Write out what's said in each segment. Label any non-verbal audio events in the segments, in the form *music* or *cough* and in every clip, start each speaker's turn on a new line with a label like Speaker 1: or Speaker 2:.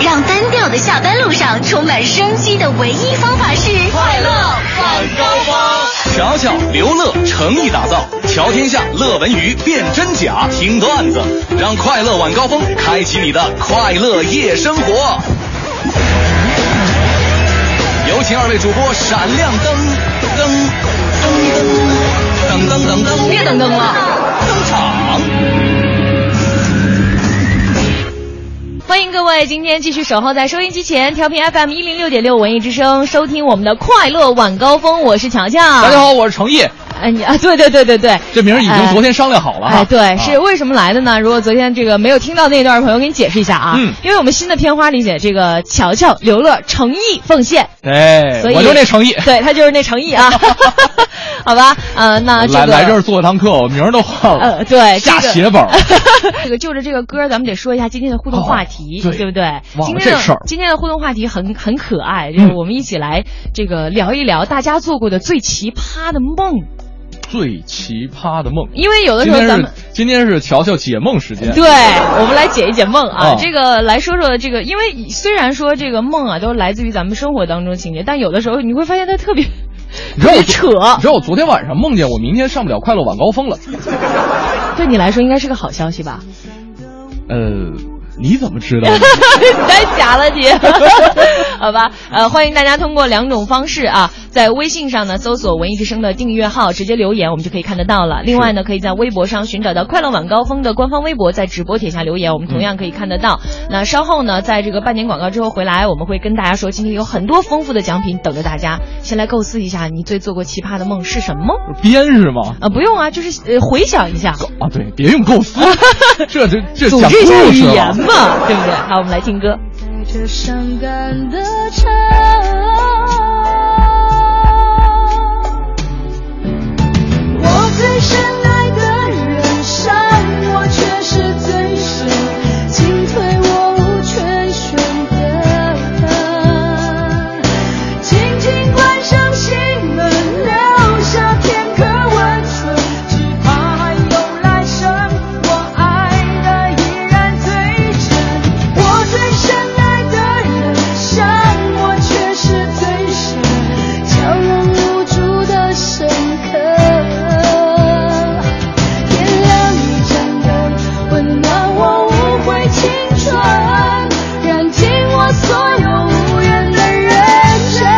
Speaker 1: 让单调的下班路上充满生机的唯一方法是
Speaker 2: 快乐晚高峰。
Speaker 3: 巧巧、刘乐诚意打造，瞧天下、乐文娱辨真假，听段子，让快乐晚高峰开启你的快乐夜生活。有请二位主播闪亮登登登登登登登，
Speaker 4: 别等灯了。
Speaker 3: 登场。
Speaker 4: 欢迎各位，今天继续守候在收音机前，调频 FM 一零六点六文艺之声，收听我们的快乐晚高峰，我是乔乔。
Speaker 5: 大家好，我是程毅。
Speaker 4: 哎，你啊，对对对对对，
Speaker 5: 这名儿已经昨天商量好了哈
Speaker 4: 哎，对，
Speaker 5: 啊
Speaker 4: 是为什么来的呢？如果昨天这个没有听到那段，朋友给你解释一下啊。
Speaker 5: 嗯
Speaker 4: 因为我们新的片花里写这个乔乔、刘乐、程毅奉献，
Speaker 5: 对
Speaker 4: 所以，
Speaker 5: 哎我就那诚意。
Speaker 4: *laughs* 对他就是那程毅啊。 *laughs* 好吧，呃，那这
Speaker 5: 来
Speaker 4: 个
Speaker 5: 来这儿做堂课，我名儿都换了。
Speaker 4: 呃，对，
Speaker 5: 哦下
Speaker 4: 这个
Speaker 5: 血本儿。
Speaker 4: *laughs* 这个就着这个歌儿，咱们得说一下今天的互动话题，
Speaker 5: 哦对
Speaker 4: 不对？
Speaker 5: 忘了
Speaker 4: 今天
Speaker 5: 这事
Speaker 4: 的
Speaker 5: 儿
Speaker 4: 今天的互动话题很很可爱，就是
Speaker 5: 嗯
Speaker 4: 我们一起来这个聊一聊大家做过的最奇葩的梦，
Speaker 5: 最奇葩的梦。
Speaker 4: 因为有的
Speaker 5: 今
Speaker 4: 时候
Speaker 5: 天
Speaker 4: 咱
Speaker 5: 是哦
Speaker 4: 们。
Speaker 5: 今天是乔乔解梦时间。
Speaker 4: 对，我们来解一解梦啊，
Speaker 5: 哦
Speaker 4: 这个来说说这个，因为虽然说这个梦啊都来自于咱们生活当中情节，但有的时候你会发现它特别 *laughs*
Speaker 5: 你知
Speaker 4: 特
Speaker 5: 道我
Speaker 4: 别
Speaker 5: 昨
Speaker 4: 扯，
Speaker 5: 你知道我昨天晚上梦见我明天上不了快乐晚高峰了。
Speaker 4: 对你来说应该是个好消息吧？
Speaker 5: 呃，你怎么知道的？
Speaker 4: *laughs* 太假了你， *laughs* 好吧，呃，欢迎大家通过两种方式啊，在微信上呢搜索“文艺之声”的订阅号，直接留言，我们就可以看得到了。另外呢，可以在微博上寻找到“快乐晚高峰”的官方微博，在直播帖下留言，我们
Speaker 5: 嗯
Speaker 4: 同样可以看得到。那稍后呢，在这个半点广告之后回来，我们会跟大家说，今天有很多丰富的奖品等着大家。先来构思一下，你最做过奇葩的梦是什么？
Speaker 5: 编是吗？
Speaker 4: 啊、不用啊，就是呃回想一下。
Speaker 5: 啊，对，别用构
Speaker 4: *laughs*
Speaker 5: 思，这这这
Speaker 4: 组
Speaker 5: 讲
Speaker 4: 织一下
Speaker 5: 故
Speaker 4: 语
Speaker 5: 事
Speaker 4: 言
Speaker 5: 了。
Speaker 4: 嘛，对不对？好，我们来听歌。
Speaker 6: 在这伤感的城，我最深爱的人伤我却是最深，进退我无权选择。轻轻关上心门，留下片刻温存，只怕还有来生。我爱的依然最真，我最深爱的人，伤我却是最深，叫人无助的深刻。点亮一盏灯，温暖我无悔青春，燃尽我所有无言的认真。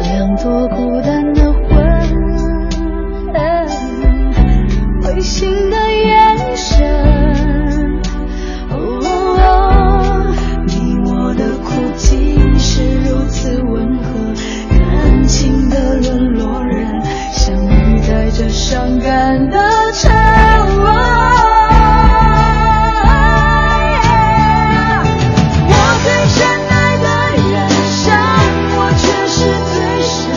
Speaker 6: 两朵孤单的魂，灰心的眼神，哦，你我的哭泣是如此温和，感情的沦落人，相遇在这伤感的城。我最深爱的人，伤我却是最深，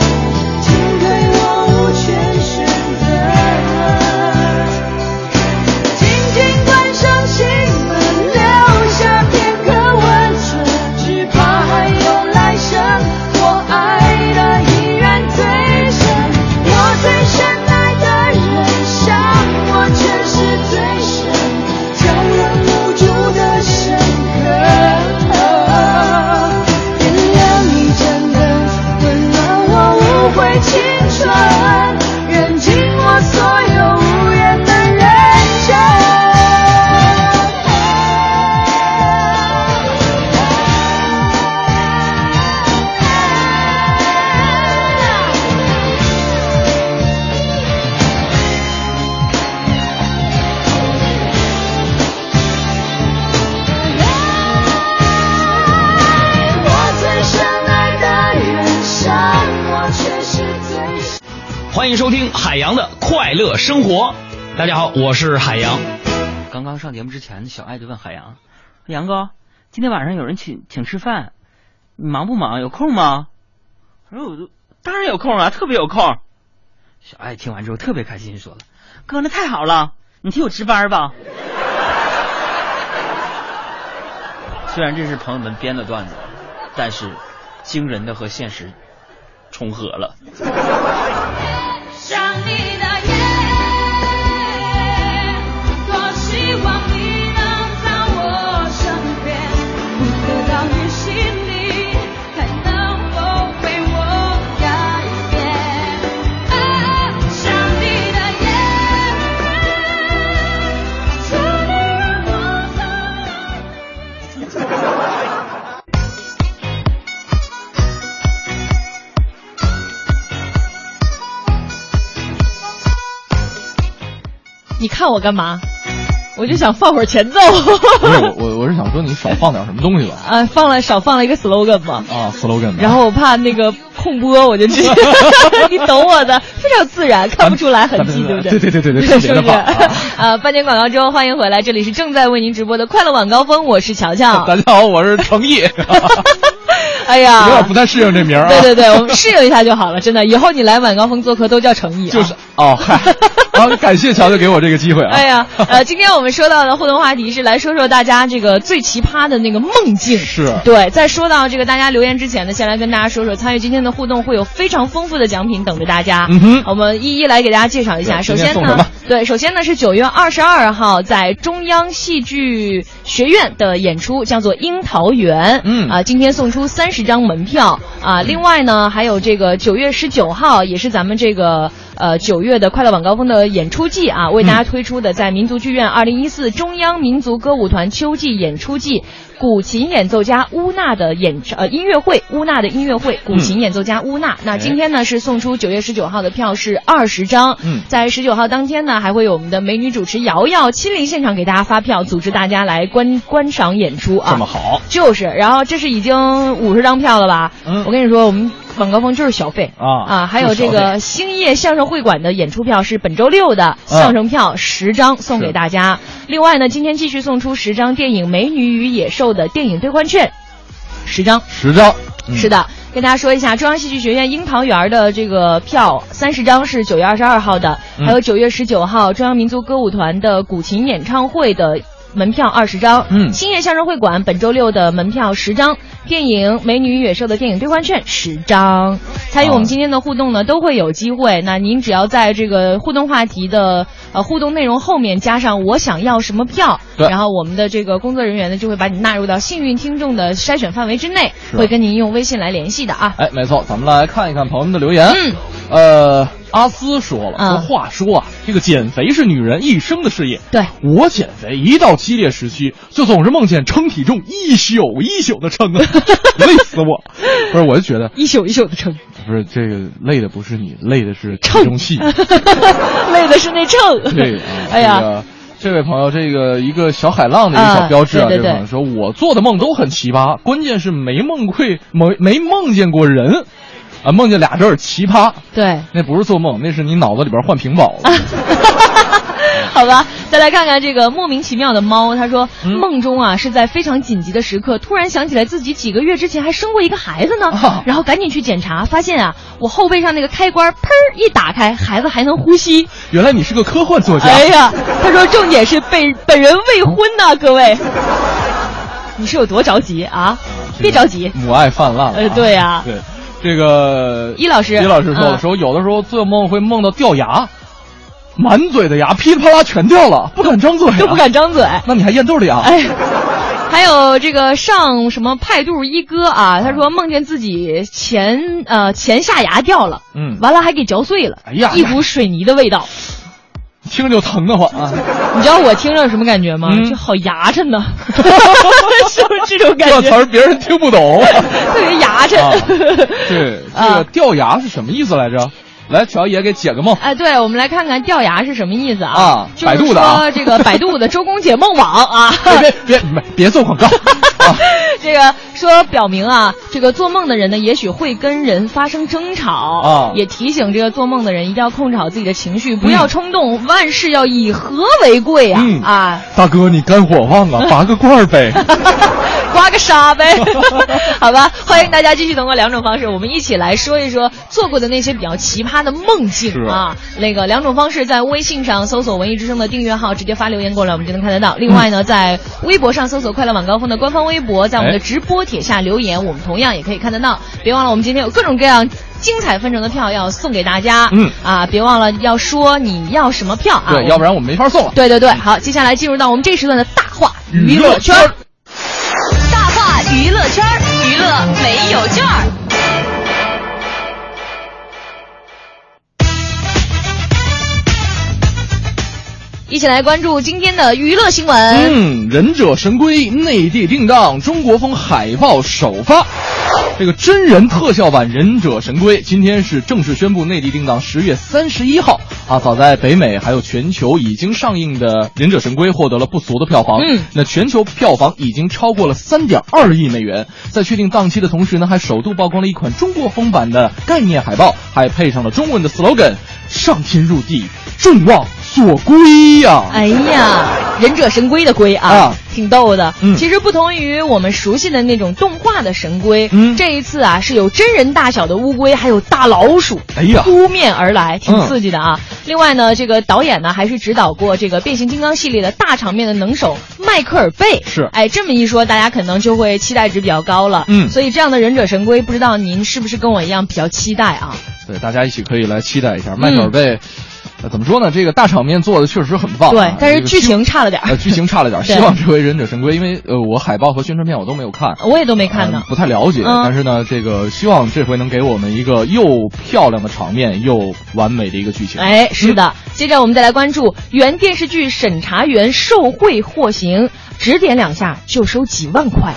Speaker 6: 进退我无权选择。轻轻关上心门，留下片刻温存，只怕还有来生。我爱的依然最深，我最深爱的人，伤我却是最深，叫人无助的深刻。点亮一盏灯，温暖我无悔青春，燃尽我所有无言的认真。我最深爱的人，伤我却是最深。
Speaker 2: 欢迎收听海洋的快乐生活。大家好，我是海洋。
Speaker 7: 刚刚上节目之前，小爱就问海洋：“杨哥，今天晚上有人请请吃饭，你忙不忙？有空吗？”我说：“我都当然有空啊，特别有空。”小爱听完之后特别开心，说了：“哥，那太好了，你替我值班吧。”虽然这是朋友们编的段子，但是惊人的和现实重合了。
Speaker 6: 上你的眼，多希望你能到我身边，得到你心里，才能够为我改变。啊，上你的眼，求你让我看。
Speaker 4: 你看我干嘛？我就想放会儿前奏。
Speaker 5: 不是我我我是想说你少放点什么东西吧。
Speaker 4: *laughs* 啊，放了少放了一个 slogan 嘛，
Speaker 5: 啊，slogan 吧。
Speaker 4: 然后我怕那个控播，我就
Speaker 5: *laughs*
Speaker 4: 直接，你懂我的，非常自然，看不出来痕迹，
Speaker 5: 咱
Speaker 4: 对不
Speaker 5: 们
Speaker 4: 对？
Speaker 5: 对对对对对
Speaker 4: 是不是
Speaker 5: 特别的？棒
Speaker 4: *laughs*
Speaker 5: 啊
Speaker 4: 啊，半点广告之后，欢迎回来，这里是正在为您直播的快乐晚高峰，我是乔乔
Speaker 5: 大。 *laughs* 家好，我是程
Speaker 4: *laughs*
Speaker 5: 毅，
Speaker 4: 哎
Speaker 5: 有点
Speaker 4: 呀
Speaker 5: 不，太适应这名儿啊。
Speaker 4: 对对对，我们 *laughs* 适应一下就好了，真的，以后你来晚高峰做客都叫程毅、啊，
Speaker 5: 就是哦，嗨，啊，感谢乔乔给我这个机会啊。
Speaker 4: 哎呀，呃，今天我们说到的互动话题是来说说大家这个最奇葩的那个梦境。
Speaker 5: 是
Speaker 4: 对，在说到这个大家留言之前呢，先来跟大家说说参与今天的互动会有非常丰富的奖品等着大家。
Speaker 5: 嗯哼
Speaker 4: 我们一一来给大家介绍一下。
Speaker 5: 对
Speaker 4: 首
Speaker 5: 今
Speaker 4: 先
Speaker 5: 天送什
Speaker 4: 呢
Speaker 5: 么，
Speaker 4: 对，首先呢是九月二十二号在中央戏剧学院的演出，叫做《樱桃园》。
Speaker 5: 嗯
Speaker 4: 啊，今天送出三十张门票啊。另外呢，还有这个九月十九号，也是咱们这个呃九月的快乐晚高峰的演出季啊，为
Speaker 5: 嗯
Speaker 4: 大家推出的在民族剧院二零一四中央民族歌舞团秋季演出季。古琴演奏家乌娜的演唱呃音乐会，乌娜的音乐会，
Speaker 5: 嗯
Speaker 4: 古琴演奏家乌
Speaker 5: 哎
Speaker 4: 娜。那今天呢是送出九月十九号的票是二十张，
Speaker 5: 嗯
Speaker 4: 在十九号当天呢还会有我们的美女主持瑶瑶亲临现场给大家发票，组织大家来观观赏演出啊。
Speaker 5: 这么好，
Speaker 4: 就是，然后这是已经五十张票了吧？
Speaker 5: 嗯
Speaker 4: 我跟你说，我们晚高峰就是小费
Speaker 5: 啊
Speaker 4: 还有
Speaker 5: 就是
Speaker 4: 这
Speaker 5: 小费
Speaker 4: 个兴业相声会馆的演出票是本周六的
Speaker 5: 嗯
Speaker 4: 相声票十张送给大家。另外呢，今天继续送出十张电影《美女与野兽》的电影兑换券，十张。
Speaker 5: 十张，嗯
Speaker 4: 是，的，跟大家说一下，中央戏剧学院樱桃园的这个票三十张是九月二十二号的，
Speaker 5: 嗯
Speaker 4: 还有九月十九号中央民族歌舞团的古琴演唱会的。门票二十张，
Speaker 5: 嗯
Speaker 4: 星夜相声会馆本周六的门票十张，电影《美女与野兽》的电影兑换券十张。参与我们
Speaker 5: 哦
Speaker 4: 今天的互动呢，都会有机会。那您只要在这个互动话题的呃互动内容后面加上“我想要什么票”，
Speaker 5: 对
Speaker 4: 然后我们的这个工作人员呢就会把你纳入到幸运听众的筛选范围之内，
Speaker 5: 是
Speaker 4: 会跟您用微信来联系的
Speaker 5: *laughs*
Speaker 4: 啊。
Speaker 5: 哎，没错，咱们来看一看朋友们的留言。
Speaker 4: 嗯，
Speaker 5: 呃，阿斯说了，
Speaker 4: 嗯
Speaker 5: 说话说啊，这个减肥是女人一生的事业。
Speaker 4: 对
Speaker 5: 我减肥一到激烈时期，就总是梦见称体重一宿一宿
Speaker 4: *laughs*
Speaker 5: 的称啊，累死我！不是，我就觉得
Speaker 4: 一宿一宿的称，
Speaker 5: 不是这个累的不是你，累的是体
Speaker 4: *laughs*
Speaker 5: 重器。
Speaker 4: 累的是那秤。
Speaker 5: 对，啊
Speaker 4: *laughs* 哎
Speaker 5: 这
Speaker 4: 呀，
Speaker 5: 个这位朋友，这个一个小海浪的一个小标志啊，
Speaker 4: 啊对对
Speaker 5: 这位朋友说，我做的梦都很奇葩，关键是没梦会没没梦见过人，啊，梦见俩字儿奇葩，
Speaker 4: 对。
Speaker 5: 那不是做梦，那是你脑子里边换屏保了。
Speaker 4: 好吧，再来看看这个莫名其妙的猫。他说，
Speaker 5: 嗯
Speaker 4: 梦中啊是在非常紧急的时刻，突然想起来自己几个月之前还生过一个孩子呢，
Speaker 5: 啊
Speaker 4: 然后赶紧去检查，发现啊我后背上那个开关砰一打开，孩子还能呼吸。
Speaker 5: 原来你是个科幻作家，
Speaker 4: 哎呀，他说重点是被本人未婚呐、各位，你是有多着急啊？
Speaker 5: 嗯
Speaker 4: 别着急，
Speaker 5: 母爱泛滥了、
Speaker 4: 呃对呀
Speaker 5: 对，这个
Speaker 4: 伊老师
Speaker 5: 伊老师说
Speaker 4: 嗯
Speaker 5: 了，说有的时候做梦会梦到掉牙，满嘴的牙噼里啪啦全掉了，不敢张嘴、
Speaker 4: 都不。敢张嘴。
Speaker 5: 那你还咽豆的牙？
Speaker 4: 哎，还有这个上什么派肚一哥啊，他说梦见自己前呃前下牙掉了，
Speaker 5: 嗯
Speaker 4: 完了还给嚼碎了，
Speaker 5: 哎呀
Speaker 4: 一股水泥的味道。
Speaker 5: 听着就疼得慌啊！
Speaker 4: *laughs* 你知道我听着有什么感觉吗？
Speaker 5: 嗯
Speaker 4: 就好牙碜
Speaker 5: *laughs*
Speaker 4: 呢，是不是这种感
Speaker 5: 这词
Speaker 4: 觉？
Speaker 5: 儿别人听不懂。
Speaker 4: *laughs* 特别牙碜。
Speaker 5: 啊，对，这
Speaker 4: 啊
Speaker 5: 个掉牙是什么意思来着？来，乔爷给解个梦。
Speaker 4: 哎，对，我们来看看掉牙是什么意思啊？
Speaker 5: 啊
Speaker 4: 就是
Speaker 5: 百度的啊
Speaker 4: 说这个
Speaker 5: *laughs*
Speaker 4: 百度的周公解梦网啊。
Speaker 5: 别别别，别做广告啊！
Speaker 4: *laughs* 这个说表明啊，这个做梦的人呢，也许会跟人发生争吵
Speaker 5: 啊
Speaker 4: 也提醒这个做梦的人一定要控制好自己的情绪，不要冲动，万事要以和为贵啊、
Speaker 5: 嗯
Speaker 4: 啊！
Speaker 5: 大哥，你肝火旺啊，拔个罐儿呗。
Speaker 4: *laughs* 刮个痧呗，好吧？欢迎大家继续通过两种方式，我们一起来说一说做过的那些比较奇葩的梦境啊。那个两种方式，在微信上搜索“文艺之声”的订阅号，直接发留言过来，我们就能看得到。另外呢，在微博上搜索“快乐晚高峰”的官方微博，在我们的
Speaker 5: 哎
Speaker 4: 直播帖下留言，我们同样也可以看得到。别忘了，我们今天有各种各样。精彩纷呈的票要送给大家，
Speaker 5: 嗯
Speaker 4: 啊，别忘了要说你要什么票啊，
Speaker 5: 对，要不然我们没法送了。
Speaker 4: 对对对，好，接下来进入到我们这时段的大话娱乐圈。
Speaker 1: 大话娱乐圈，娱乐没有券儿。
Speaker 4: 一起来关注今天的娱乐新闻。
Speaker 5: 嗯，忍者神龟内地定档，中国风海报首发。这个真人特效版《忍者神龟》今天是正式宣布内地定档十月三十一号啊！早在北美还有全球已经上映的《忍者神龟》获得了不俗的票房，
Speaker 4: 嗯
Speaker 5: 那全球票房已经超过了三点二亿美元。在确定档期的同时呢，还首度曝光了一款中国风版的概念海报，还配上了中文的 slogan：“ 上天入地，众望所归呀、
Speaker 4: 哎呀，忍者神龟的龟啊，
Speaker 5: 啊
Speaker 4: 挺逗的。
Speaker 5: 嗯
Speaker 4: 其实不同于我们熟悉的那种动画的神龟，
Speaker 5: 嗯
Speaker 4: 这一次啊是有真人大小的乌龟，还有大老鼠，
Speaker 5: 哎呀
Speaker 4: 扑面而来，挺
Speaker 5: 嗯
Speaker 4: 刺激的啊。另外呢，这个导演呢还是指导过这个变形金刚系列的大场面的能手迈克尔贝。
Speaker 5: 是
Speaker 4: 哎，这么一说，大家可能就会期待值比较高了。
Speaker 5: 嗯
Speaker 4: 所以这样的忍者神龟，不知道您是不是跟我一样比较期待啊？
Speaker 5: 对，大家一起可以来期待一下迈克尔贝。呃怎么说呢？这个大场面做的确实很棒啊、
Speaker 4: 嗯对，但是
Speaker 5: 这个
Speaker 4: 剧
Speaker 5: 希
Speaker 4: 情差了点儿
Speaker 5: 呃，剧情差了点儿。
Speaker 4: 对
Speaker 5: 希望这回《忍者神龟》，因为呃，我海报和宣传片我都没有看，
Speaker 4: *laughs* 我也都没看呢
Speaker 5: 呃。不太了解。
Speaker 4: 嗯
Speaker 5: 但是呢，这个希望这回能给我们一个又漂亮的场面，又完美的一个剧情。
Speaker 4: 哎，是的。接着我们再来关注原电视剧审查员受贿获刑，指点两下就收几万块，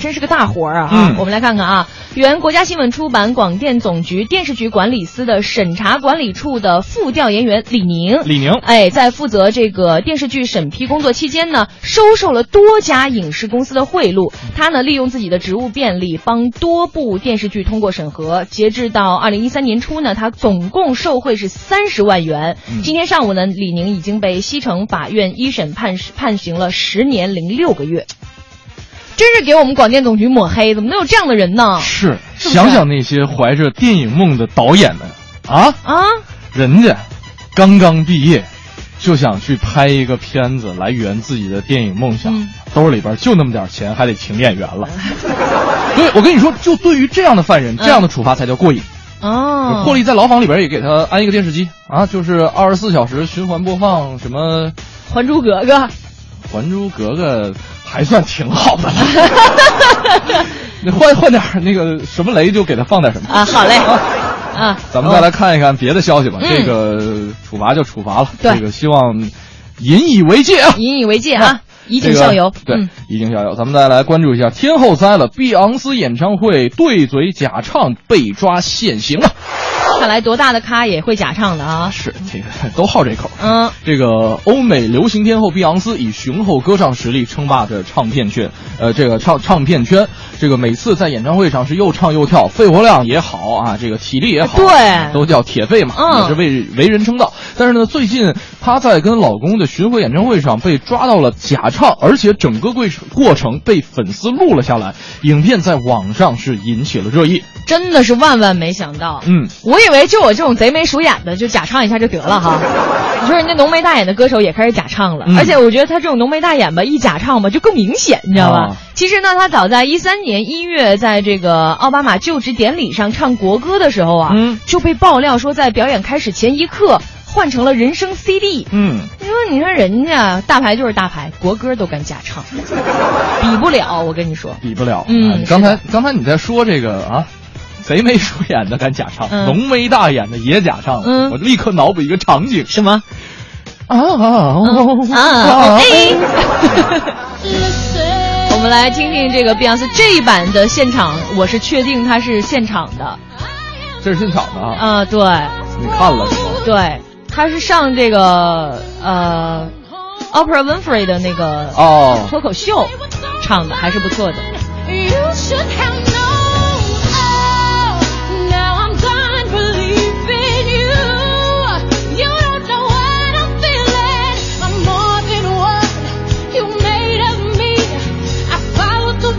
Speaker 4: 真是个大活儿啊！
Speaker 5: 嗯
Speaker 4: 我们来看看啊，原国家新闻出版广电总局电视局管理司的审查管理处的副调研员李宁。
Speaker 5: 李宁，
Speaker 4: 哎，在负责这个电视剧审批工作期间呢，收受了多家影视公司的贿赂。他呢，利用自己的职务便利，帮多部电视剧通过审核。截至到二零一三年初呢，他总共受贿是三十万元。今天上午呢，李宁已经被西城法院一审判判刑了十年零六个月。真是给我们广电总局抹黑，怎么能有这样的人呢？
Speaker 5: 是
Speaker 4: 啊是不是
Speaker 5: 想想那些怀着电影梦的导演们啊，
Speaker 4: 啊，
Speaker 5: 人家刚刚毕业，就想去拍一个片子来圆自己的电影梦想，
Speaker 4: 嗯
Speaker 5: 兜里边就那么点钱，还得请演员
Speaker 4: *laughs*
Speaker 5: 了。所以我跟你说，就对于这样的犯人，
Speaker 4: 嗯
Speaker 5: 这样的处罚才叫过瘾。
Speaker 4: 哦，
Speaker 5: 获利在牢房里边也给他安一个电视机啊，就是二十四小时循环播放什么《
Speaker 4: 《还珠格格》
Speaker 5: 还珠格格》，还算挺好的
Speaker 4: *laughs*
Speaker 5: 了。你换换点儿那个什么雷，就给他放点什么
Speaker 4: 啊，好
Speaker 5: *laughs*
Speaker 4: 嘞，
Speaker 5: 啊
Speaker 4: 啊，
Speaker 5: 咱们再来看一看别的消息吧。
Speaker 4: 嗯
Speaker 5: 这个处罚就处罚了，
Speaker 4: 对
Speaker 5: 这个希望引以为戒啊。
Speaker 4: 引以为戒
Speaker 5: *laughs*
Speaker 4: 啊，以
Speaker 5: 这
Speaker 4: 儆
Speaker 5: 个
Speaker 4: 效尤。
Speaker 5: 对
Speaker 4: 嗯，，
Speaker 5: 以儆效尤。咱们再来关注一下天后灾了，碧昂斯演唱会对嘴假唱被抓现行了。
Speaker 4: 看来多大的咖也会假唱的啊。
Speaker 5: 是，这个 *laughs* 都好这口。
Speaker 4: 嗯，
Speaker 5: 这个欧美流行天后碧昂斯以雄厚歌唱实力称霸着唱片圈，呃，这个唱唱片圈，这个每次在演唱会上是又唱又跳，肺活量也好啊，这个体力也好，啊
Speaker 4: 对
Speaker 5: 都叫铁肺嘛，
Speaker 4: 嗯
Speaker 5: 也是为为人称道。但是呢，最近她在跟老公的巡回演唱会上被抓到了假唱，而且整个过程过程被粉丝录了下来，影片在网上是引起了热议。
Speaker 4: 真的是万万没想到。
Speaker 5: 嗯，
Speaker 4: 我以为就我这种贼眉鼠眼的，就假唱一下就得了
Speaker 5: *laughs*
Speaker 4: 哈。你说人家浓眉大眼的歌手也开始假唱了，
Speaker 5: 嗯
Speaker 4: 而且我觉得他这种浓眉大眼吧，一假唱吧就更明显，你知道吧？
Speaker 5: 啊
Speaker 4: 其实呢，他早在一三年一月在这个奥巴马就职典礼上唱国歌的时候啊，
Speaker 5: 嗯
Speaker 4: 就被爆料说在表演开始前一刻换成了人声 CD。
Speaker 5: 嗯，
Speaker 4: 你说，你说人家大牌就是大牌，国歌都敢假
Speaker 5: *laughs*
Speaker 4: 唱，比不了。我跟你说，
Speaker 5: 比不了。
Speaker 4: 嗯
Speaker 5: 啊
Speaker 4: 是的
Speaker 5: 刚才刚才你在说这个啊，贼眉鼠眼的敢假唱，
Speaker 4: 嗯
Speaker 5: 浓眉大眼的也假唱，
Speaker 4: 嗯
Speaker 5: 我立刻脑补一个场景
Speaker 4: 什么
Speaker 5: 啊
Speaker 4: 嗯啊？哎，我们来听听这个碧昂斯这一版的现场，我是确定它是现场的。
Speaker 5: 这是现场的啊，
Speaker 4: 啊，对，
Speaker 5: 你看了是吗？
Speaker 4: 对，他是上这个呃，Oprah Winfrey 的那个
Speaker 5: 哦
Speaker 4: 脱口秀唱的，还是不错的。
Speaker 6: You should have known. Oh, now I'm done believing you. You don't know what I'm feeling. I'm more than what you made of me. I followed the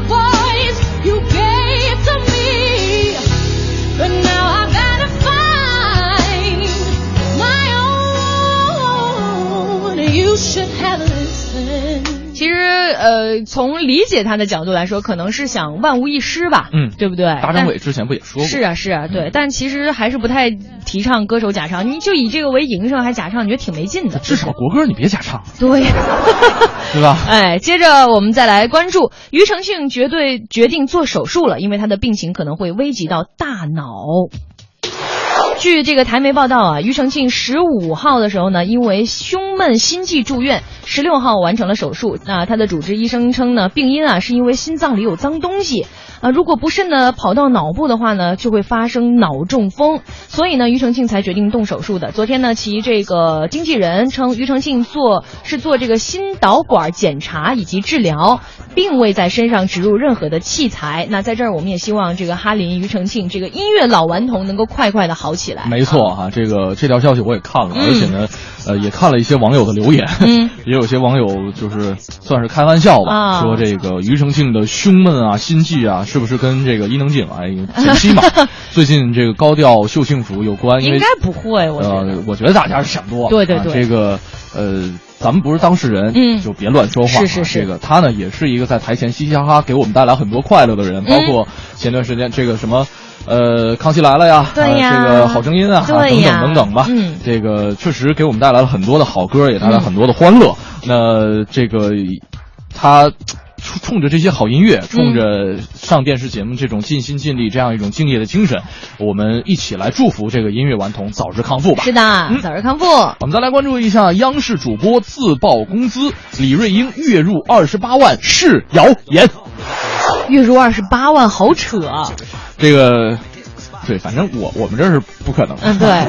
Speaker 4: 呃，从理解他的角度来说，可能是想万无一失吧，
Speaker 5: 嗯
Speaker 4: 对不对？
Speaker 5: 大张伟之前不也说
Speaker 4: 哎但。
Speaker 5: 过？
Speaker 4: 是啊，是啊，对，但其实还是不太提倡歌手假唱。你就以这个为营生，还假唱，你觉得挺没劲的。
Speaker 5: 至少国歌你别假唱，
Speaker 4: 对，
Speaker 5: 对吧？
Speaker 4: 哎，接着我们再来关注庾澄庆绝对决定做手术了，因为他的病情可能会危及到大脑。据这个台媒报道啊，庾澄庆十五号的时候呢，因为胸闷心悸住院，十六号完成了手术。那、他的主治医生称呢，病因啊是因为心脏里有脏东西，啊，如果不慎呢跑到脑部的话呢，就会发生脑中风。所以呢，庾澄庆才决定动手术的。昨天呢，其这个经纪人称，庾澄庆做是做这个心导管检查以及治疗，并未在身上植入任何的器材。那在这儿，我们也希望这个哈林、庾澄庆这个音乐老顽童能够快快的好起来。啊
Speaker 5: 没错哈、这个这条消息我也看了，
Speaker 4: 嗯
Speaker 5: 而且呢，呃，也看了一些网友的留言，
Speaker 4: 嗯
Speaker 5: *laughs* 也有些网友就是算是开玩笑吧，
Speaker 4: 啊
Speaker 5: 说这个庾澄庆的胸闷啊、心悸啊，是不是跟这个伊能静啊前
Speaker 4: *laughs*
Speaker 5: 妻嘛，最近这个高调秀幸福有关？因为
Speaker 4: 应该不会，我觉得。
Speaker 5: 呃，我觉得大家是想多了。
Speaker 4: 对对
Speaker 5: 啊
Speaker 4: 对
Speaker 5: 这个呃，咱们不是当事人，
Speaker 4: 嗯
Speaker 5: 就别乱说话啊。
Speaker 4: 是是是
Speaker 5: 这个他呢，也是一个在台前嘻嘻哈哈给我们带来很多快乐的人，
Speaker 4: 嗯
Speaker 5: 包括前段时间这个什么。呃，康熙来了呀，
Speaker 4: 对呀
Speaker 5: 啊这个好声音啊，啊
Speaker 4: 对
Speaker 5: 等
Speaker 4: 呀
Speaker 5: 等等等吧，
Speaker 4: 嗯
Speaker 5: 这个确实给我们带来了很多的好歌，也带来很多的欢乐。
Speaker 4: 嗯
Speaker 5: 那这个呃他冲冲着这些好音乐，冲着上电视节目这种尽心尽力这样一种敬业的精神，我们一起来祝福这个音乐顽童早日康复吧。嗯
Speaker 4: 是的，早日康复。
Speaker 5: 我们再来关注一下央视主播自曝工资，李瑞英月入二十八万是谣言。
Speaker 4: 月入二十八万，好扯啊！
Speaker 5: 这个，对，反正我我们这儿是不可能的。
Speaker 4: 嗯，对，
Speaker 5: *laughs*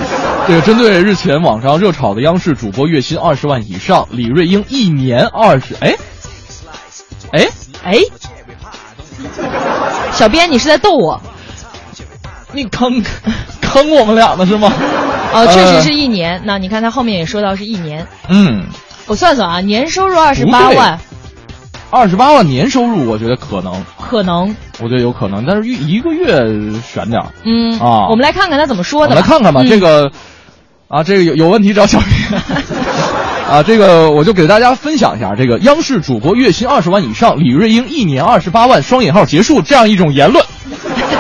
Speaker 5: 这个针对日前网上热炒的央视主播月薪二十万以上，李瑞英一年二十，哎，哎，
Speaker 4: 哎，小编，你是在逗我？
Speaker 5: 你坑坑我们俩呢是吗？
Speaker 4: 哦，确实是
Speaker 5: 呃，
Speaker 4: 一年。那你看他后面也说到是一年，
Speaker 5: 嗯，
Speaker 4: 我算算啊，年收入二十八万，
Speaker 5: 二十八万年收入，我觉得可能，
Speaker 4: 可能，
Speaker 5: 我觉得有可能，但是一一个月选点儿。
Speaker 4: 嗯，
Speaker 5: 啊
Speaker 4: 我们来看看他怎么
Speaker 5: 我
Speaker 4: 说的
Speaker 5: 们来看看吧，
Speaker 4: 嗯
Speaker 5: 这个啊，这个有有问题找小
Speaker 4: *laughs*
Speaker 5: 编。啊，这个我就给大家分享一下，这个央视主播月薪二十万以上，李瑞英一年二十八万（双引号结束）这样一种言论。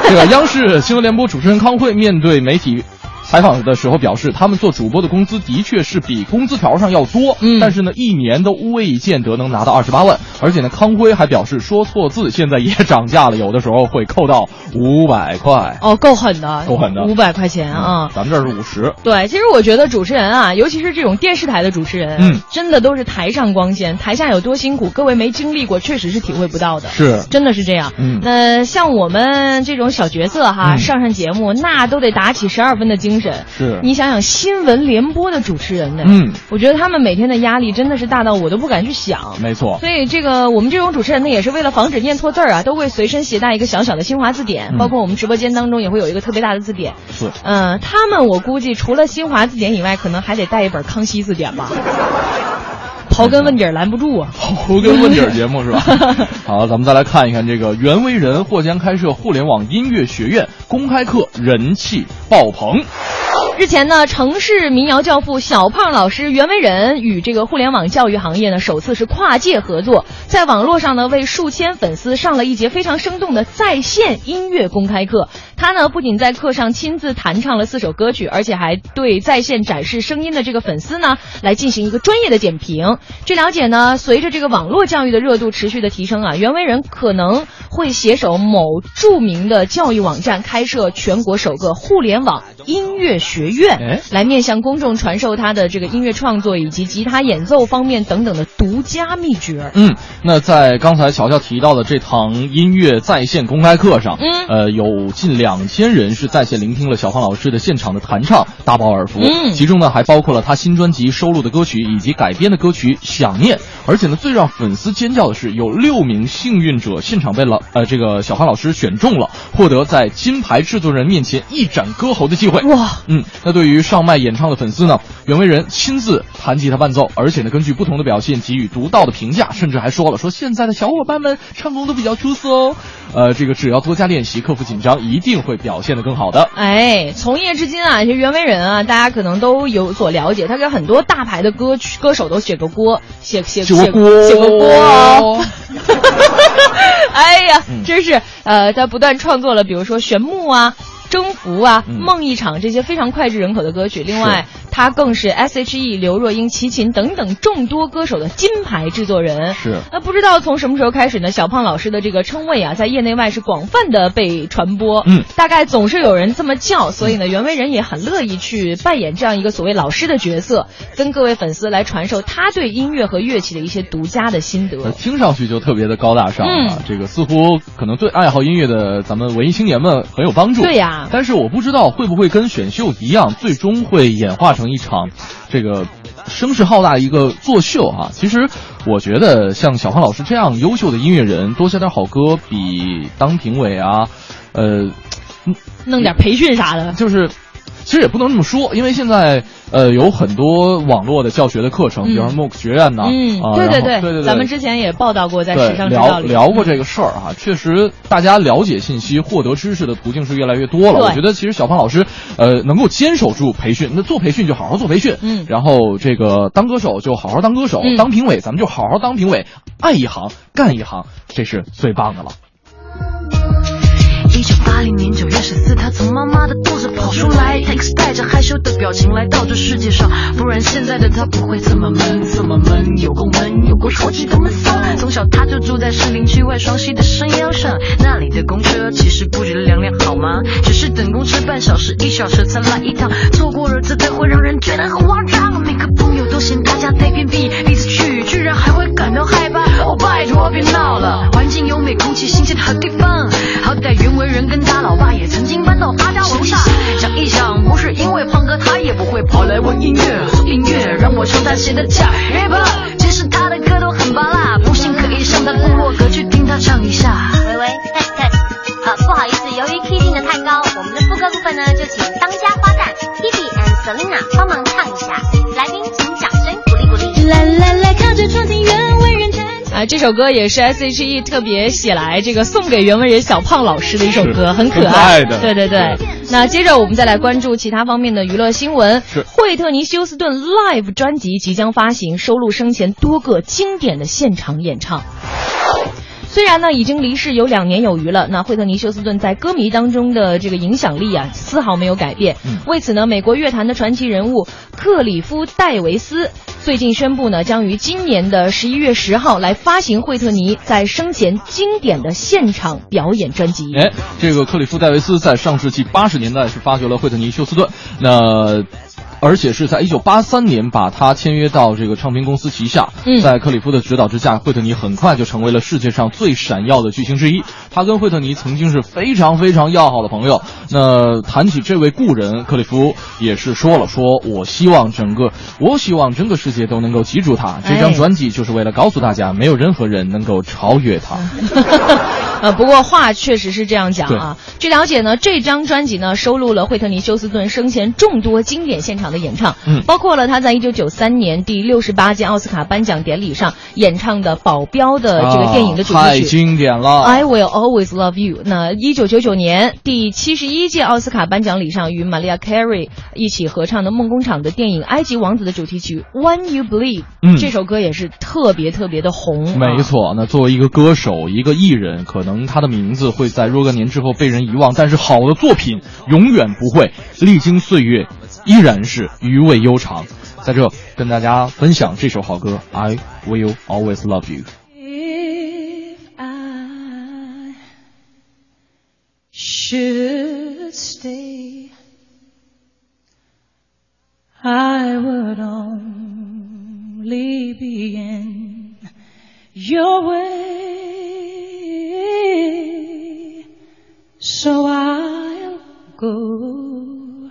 Speaker 5: 这个央视新闻联播主持人康慧面对媒体采访的时候表示，他们做主播的工资的确是比工资条上要多，
Speaker 4: 嗯
Speaker 5: 但是呢，一年都未见得能拿到二十八万。而且呢，康辉还表示，说错字现在也涨价了，有的时候会扣到五百块。
Speaker 4: 哦，够狠的，
Speaker 5: 够狠的
Speaker 4: 五百块钱啊。
Speaker 5: 咱们这儿是五十。
Speaker 4: 对，其实我觉得主持人啊，尤其是这种电视台的主持人，啊
Speaker 5: 嗯
Speaker 4: 真的都是台上光鲜，台下有多辛苦，各位没经历过，确实是体会不到的。
Speaker 5: 是
Speaker 4: 真的是这样。
Speaker 5: 嗯
Speaker 4: 那像我们这种小角色哈，
Speaker 5: 嗯
Speaker 4: 上上节目那都得打起十二分的精神。
Speaker 5: 是
Speaker 4: 你想想新闻联播的主持人呢，
Speaker 5: 嗯，
Speaker 4: 我觉得他们每天的压力真的是大到我都不敢去想。
Speaker 5: 啊没错，
Speaker 4: 所以这个我们这种主持人呢，也是为了防止念错字儿啊，都会随身携带一个小小的新华字典，
Speaker 5: 嗯
Speaker 4: 包括我们直播间当中也会有一个特别大的字典。
Speaker 5: 是
Speaker 4: 嗯、他们我估计除了新华字典以外，可能还得带一本康熙字典
Speaker 5: *laughs*
Speaker 4: 吧。刨根问底儿拦不住啊！
Speaker 5: 刨根问底儿节目是吧？好，咱们再来看一看这个袁惟仁或将开设互联网音乐学院公开课，人气爆棚。
Speaker 4: *laughs* 日前呢，城市民谣教父小胖老师袁惟仁与这个互联网教育行业呢，首次是跨界合作，在网络上呢为数千粉丝上了一节非常生动的在线音乐公开课。他呢不仅在课上亲自弹唱了四首歌曲，而且还对在线展示声音的这个粉丝呢来进行一个专业的点评。据了解呢，随着这个网络教育的热度持续的提升啊，袁惟仁可能会携手某著名的教育网站开设全国首个互联网音乐学院
Speaker 5: 哎，
Speaker 4: 来面向公众传授他的这个音乐创作以及吉他演奏方面等等的独家秘诀。
Speaker 5: 嗯，那在刚才乔乔提到的这堂音乐在线公开课上，
Speaker 4: 嗯
Speaker 5: 呃，有近两千人是在线聆听了小胖老师的现场的弹唱，大饱耳福。
Speaker 4: 嗯
Speaker 5: 其中呢还包括了他新专辑收录的歌曲以及改编的歌曲《想念》，而且呢最让粉丝尖叫的是，有六名幸运者现场被老呃这个小胖老师选中了，获得在金牌制作人面前一展歌喉的机会。
Speaker 4: 哇，
Speaker 5: 嗯，那对于上麦演唱的粉丝呢，袁惟仁亲自弹吉他伴奏，而且呢，根据不同的表现给予独到的评价，甚至还说了说现在的小伙伴们唱功都比较出色哦，呃，这个只要多加练习，克服紧张，一定会表现得更好的。
Speaker 4: 哎，从业至今啊，其实袁惟仁啊，大家可能都有所了解，他给很多大牌的歌曲歌手都写过锅，写写
Speaker 5: 写过
Speaker 4: 写过 *laughs*
Speaker 5: 锅
Speaker 4: 锅哦。哎呀
Speaker 5: 嗯，
Speaker 4: 真是呃，他不但创作了比如说《玄木》啊。征服啊，
Speaker 5: 嗯
Speaker 4: 梦一场这些非常脍炙人口的歌曲，另外他更是 S.H.E、刘若英、齐秦等等众多歌手的金牌制作人。
Speaker 5: 是
Speaker 4: 那呃不知道从什么时候开始呢？小胖老师的这个称谓啊，在业内外是广泛的被传播。
Speaker 5: 嗯，
Speaker 4: 大概总是有人这么叫，所以呢，袁惟仁也很乐意去扮演这样一个所谓老师的角色，跟各位粉丝来传授他对音乐和乐器的一些独家的心
Speaker 5: 呃
Speaker 4: 得。
Speaker 5: 听上去就特别的高大上啊，
Speaker 4: 嗯
Speaker 5: 这个似乎可能对爱好音乐的咱们文艺青年们很有帮助。
Speaker 4: 对呀
Speaker 5: 但是我不知道会不会跟选秀一样，最终会演化成一场这个声势浩大的一个作秀啊。其实我觉得像小胖老师这样优秀的音乐人，多写点好歌，比当评委啊，呃，
Speaker 4: 弄点培训啥的。
Speaker 5: 就是。其实也不能这么说，因为现在呃有很多网络的教学的课程，
Speaker 4: 嗯
Speaker 5: 比如说 MOOC 学院呐、啊，
Speaker 4: 嗯，
Speaker 5: 然后
Speaker 4: 对
Speaker 5: 对
Speaker 4: 对
Speaker 5: 对对，
Speaker 4: 咱们之前也报道过在
Speaker 5: 对
Speaker 4: 时尚之道
Speaker 5: 聊
Speaker 4: 里
Speaker 5: 聊过这个事儿哈、确实大家了解信息、获得知识的途径是越来越多了。
Speaker 4: 对
Speaker 5: 我觉得其实小胖老师，呃，能够坚守住培训，那做培训就好好做培训，
Speaker 4: 嗯
Speaker 5: 然后这个当歌手就好好当歌手，
Speaker 4: 嗯
Speaker 5: 当评委咱们就好好当评委，爱一行干一行，这是最棒的了。
Speaker 6: 一九八零年九月十四，他从妈妈的肚子跑出来，Thanks 带着害羞的表情来到这世界上，不然现在的他不会这么闷，这么闷，有够闷，有够超级的闷骚。从小他就住在市林区外双溪的山腰上，那里的公车其实不觉得凉凉好吗？只是等公车半小时、一小时才来一趟，错过了这才会让人觉得很慌张。每个朋友都嫌他家太偏僻，第一次去居然还会感到害怕。哦，拜托别闹了，环境优美，空气新鲜的好地方。好歹袁惟仁跟他老爸也曾经搬到他家楼下。想一想，不是因为胖哥他也不会跑来玩音乐，做音乐让我上他写的假 rap。其实他的歌都很巴拉，不信可以上他部落格去听他唱一下。
Speaker 8: 喂喂，test test，好，不好意思，由于 key 定的太高，我们的副歌部分呢，就请当家花旦 Kitty and Selina 帮忙唱一下。来宾请掌声鼓励鼓励。
Speaker 6: 来来来，靠着窗听袁惟仁弹。
Speaker 4: 啊，这首歌也是 S.H.E 特别写来这个送给袁惟仁小胖老师的一首歌，
Speaker 5: 是
Speaker 4: 很可
Speaker 5: 很可
Speaker 4: 爱
Speaker 5: 爱的
Speaker 4: 对对对。那接着我们再来关注其他方面的娱乐新闻。
Speaker 5: 是
Speaker 4: 惠特尼休斯顿 Live 专辑即将发行，收录生前多个经典的现场演唱。虽然呢已经离世有两年有余了，那惠特尼休斯顿在歌迷当中的这个影响力啊丝毫没有改变。
Speaker 5: 嗯
Speaker 4: 为此呢，美国乐坛的传奇人物克里夫·戴维斯最近宣布呢，将于今年的十一月十号来发行惠特尼在生前经典的现场表演专辑。
Speaker 5: 哎，这个克里夫·戴维斯在上世纪八十年代是发掘了惠特尼·休斯顿，那。而且是在一九八三年把他签约到这个唱片公司旗下，
Speaker 4: 嗯
Speaker 5: 在克里夫的指导之下，惠特尼很快就成为了世界上最闪耀的巨星之一。他跟惠特尼曾经是非常非常要好的朋友。那谈起这位故人，克里夫也是说了说，我希望整个，我希望整个世界都能够记住他。这张
Speaker 4: 哎
Speaker 5: 专辑就是为了告诉大家，没有任何人能够超越他。
Speaker 4: 嗯 *laughs* 呃，不过话确实是这样讲啊。据了解呢，这张专辑呢收录了惠特尼休斯顿生前众多经典现场的演唱，
Speaker 5: 嗯
Speaker 4: 包括了他在一九九三年第六十八届奥斯卡颁奖典礼上演唱的《保镖》的呃这个电影的主
Speaker 5: 啊
Speaker 4: 题
Speaker 5: 太
Speaker 4: 曲。哎
Speaker 5: 经典了。
Speaker 4: I will always love you。那一九九九年第七十一届奥斯卡颁奖礼上，与玛利亚·凯莉一起合唱的梦工厂的电影《埃及王子》的主题曲《When You Believe》，
Speaker 5: 嗯
Speaker 4: 这首歌也是特别特别的红、
Speaker 5: 没。错，那作为一个歌手、一个艺人，可能他的名字会在若干年之后被人遗忘，但是好的作品永远不会，历经岁月依然是余味悠长。在这跟大家分享这首好歌《I Will Always Love You》。
Speaker 6: If I should stay, I would only be in your way. So I'll go,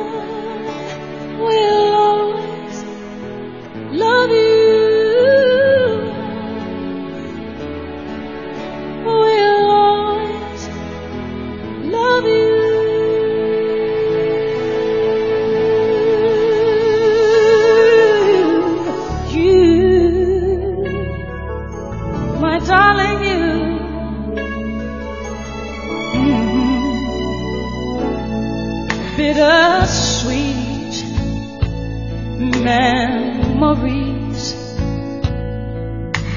Speaker 6: I will always love you will always love you. bittersweet memories.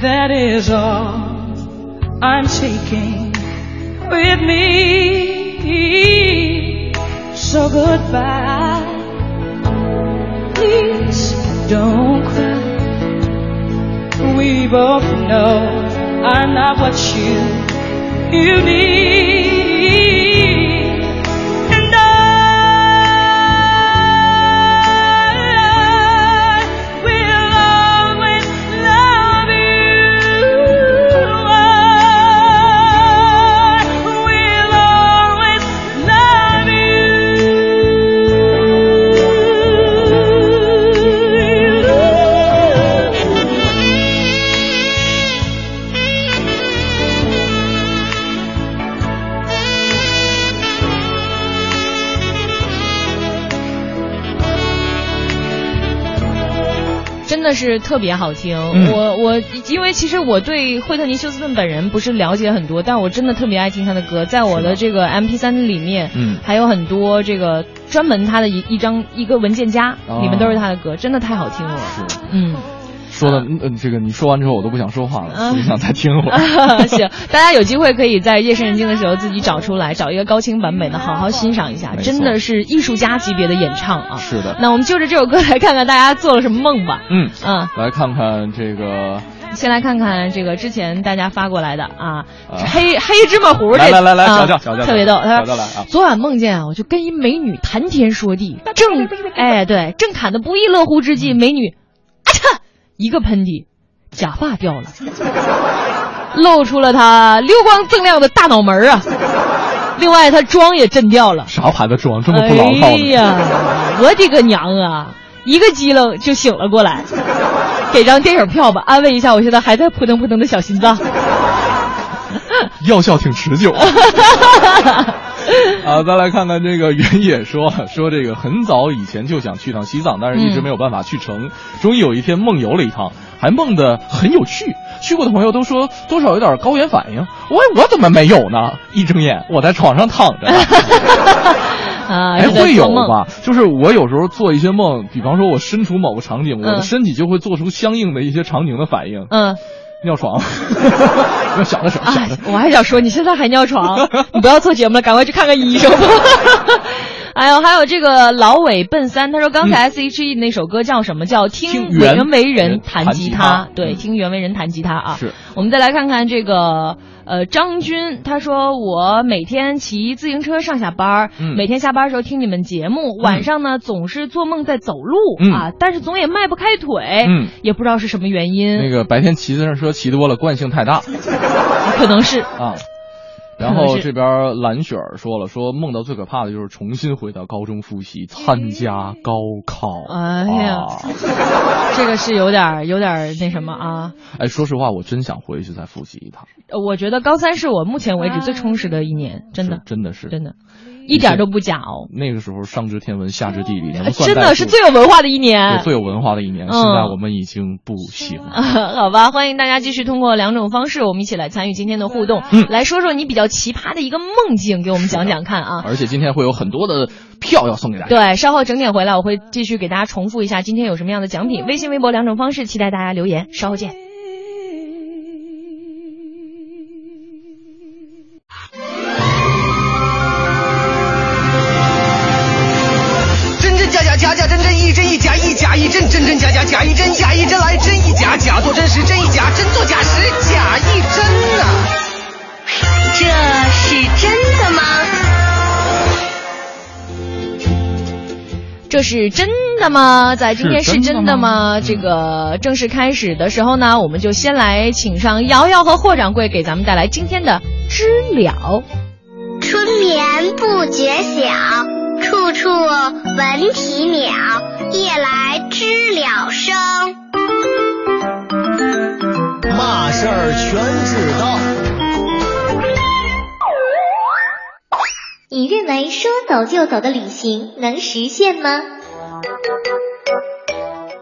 Speaker 6: That is all I'm taking with me. So goodbye. Please don't cry. We both know I'm not what you you need. And I will always love you. I will always love
Speaker 4: 真的是特别好听。
Speaker 2: 嗯
Speaker 4: 我我因为其实我对惠特尼休斯顿本人不是了解很多，但我真的特别爱听他的歌，在我的这个 M P 3里面，
Speaker 5: 嗯
Speaker 4: 还有很多这个专门他的一一张一个文件夹、
Speaker 5: 哦
Speaker 4: 里面都是他的歌，真的太好听了。
Speaker 5: 是 *laughs*
Speaker 4: 嗯， *laughs*
Speaker 5: 说的，嗯、嗯这个你说完之后我都不想说话了，
Speaker 4: 嗯
Speaker 5: 不想再听我。
Speaker 4: *laughs* 行，大家有机会可以在夜深人静的时候自己找出来，找一个高清版本的，好好欣赏一下，
Speaker 5: 没错
Speaker 4: 真的是艺术家级别的演唱啊。
Speaker 5: 是的，
Speaker 4: 那我们就着这首歌来看看大家做了什么梦吧。
Speaker 5: 嗯，
Speaker 4: 嗯，
Speaker 5: 来看看这个，
Speaker 4: 先来看看这个之前大家发过来的啊，
Speaker 5: 啊
Speaker 4: 黑黑芝麻糊这
Speaker 5: 来来来来，
Speaker 4: 啊
Speaker 5: 小调小调，
Speaker 4: 特别逗。
Speaker 5: 小
Speaker 4: 他
Speaker 5: 调
Speaker 4: 说
Speaker 5: 来啊，
Speaker 4: 昨晚梦见啊，我就跟一美女谈天说地，正哎对，正侃得不亦乐乎之际，美女啊嚓一个喷嚏，假发掉
Speaker 8: *laughs* 哎
Speaker 4: 了，露出了她溜光锃亮的大脑门儿啊。另外，她妆也震掉了。
Speaker 5: 啥牌子妆这么不牢
Speaker 4: 哎
Speaker 5: 靠呢？
Speaker 4: 呀，我的个娘啊！一个激灵就醒了过来，给张电影票吧，安慰一下我现在还在扑腾扑腾的小心脏。
Speaker 5: 药效挺
Speaker 4: *laughs*
Speaker 5: 持久。啊，再来看看这个原野说 *laughs* 说这个很早以前就想去趟西藏，但是一直
Speaker 4: 嗯
Speaker 5: 没有办法去成。终于有一天梦游了一趟，还梦得很有趣。去过的朋友都说多少有点高原反应，我我怎么没有呢？一睁眼我在床上躺着呢。
Speaker 4: *laughs* 啊，
Speaker 5: *laughs* 哎，
Speaker 4: 是在
Speaker 5: 会有
Speaker 4: 做梦
Speaker 5: 吧？就是我有时候做一些梦，比方说我身处某个场景，我的
Speaker 4: 嗯
Speaker 5: 身体就会做出相应的一些场景的反应。
Speaker 4: 嗯
Speaker 5: 尿床，
Speaker 4: *laughs*
Speaker 5: 想的什么？
Speaker 4: 啊
Speaker 5: 想的，
Speaker 4: *laughs* 我还想说，你现在还尿
Speaker 5: *laughs*
Speaker 4: 床，你不要做节目了，赶快去看看医生吧。 *laughs* 还有还有这个老伟笨三，他说刚才 S H E 那首歌叫什么？叫听
Speaker 5: 嗯听
Speaker 4: 袁
Speaker 5: 袁
Speaker 4: 惟仁弹
Speaker 5: 弹
Speaker 4: 吉
Speaker 5: 吉
Speaker 4: 他
Speaker 5: 他。
Speaker 4: 对，
Speaker 5: 嗯
Speaker 4: 听袁惟仁弹吉他啊。
Speaker 5: 是。
Speaker 4: 我们再来看看这个呃张军，他说我每天骑自行车上下班儿，
Speaker 5: 嗯
Speaker 4: 每天下班儿的时候听你们节目，晚上呢总是做梦在走路、
Speaker 5: 嗯
Speaker 4: 啊，但是总也迈不开腿，
Speaker 5: 嗯
Speaker 4: 也不知道是什么原因，
Speaker 5: 那个白天骑自行车骑多了，惯
Speaker 4: *laughs*
Speaker 5: 性太大
Speaker 4: 可能是
Speaker 5: 啊。然后这边蓝雪儿说了，说梦到最可怕的就是重新回到高中复习，参加高考。
Speaker 4: 哎呀
Speaker 5: 啊
Speaker 4: 这个是有点儿有点儿那什么啊。
Speaker 5: 哎，说实话，我真想回去再复习一趟，
Speaker 4: 呃我觉得高三是我目前为止最充实的一年，真的
Speaker 5: 是，真嗯的是
Speaker 4: 真的，一点儿都不假哦， *laughs*
Speaker 5: 那个时候上知天文下知地理，
Speaker 4: 呃
Speaker 5: 能算
Speaker 4: 真
Speaker 5: 代
Speaker 4: 的
Speaker 5: 数
Speaker 4: 是最有文化的一年
Speaker 5: 对。最有文化的一年。
Speaker 4: 嗯啊
Speaker 5: 现在我们已经不行了。
Speaker 4: 好吧，欢迎大家继续通过两种方式，我们一起来参与今天的互动。
Speaker 5: 嗯
Speaker 4: 来说说你比较奇葩的一个梦境，给我们讲讲看啊。
Speaker 5: 而且今天会有很多的票要送给大家。
Speaker 4: 对，稍后整点回来，我会继续给大家重复一下今天有什么样的奖品。微信、微博两种方式，期待大家留言。稍后见。
Speaker 9: 真真假假，假假真真，一真一假，一假一真，真真假假，假一真，假一真来，真一假，假做真实，真一假，真做假实，假一真啊呐、
Speaker 8: 这是真的吗？
Speaker 4: 这是真的吗？在今天是
Speaker 5: 是
Speaker 4: 真
Speaker 5: 真
Speaker 4: 的
Speaker 5: 的
Speaker 4: 吗？
Speaker 5: 吗
Speaker 4: 这个正式开始的时候呢，我们就先来请上瑶瑶和霍掌柜给咱们带来今天的知了。
Speaker 8: 春眠不觉晓，处处闻啼鸟。夜来知了声，
Speaker 3: 嘛事儿全知道。
Speaker 8: 你认为说走就走的旅行能实现吗？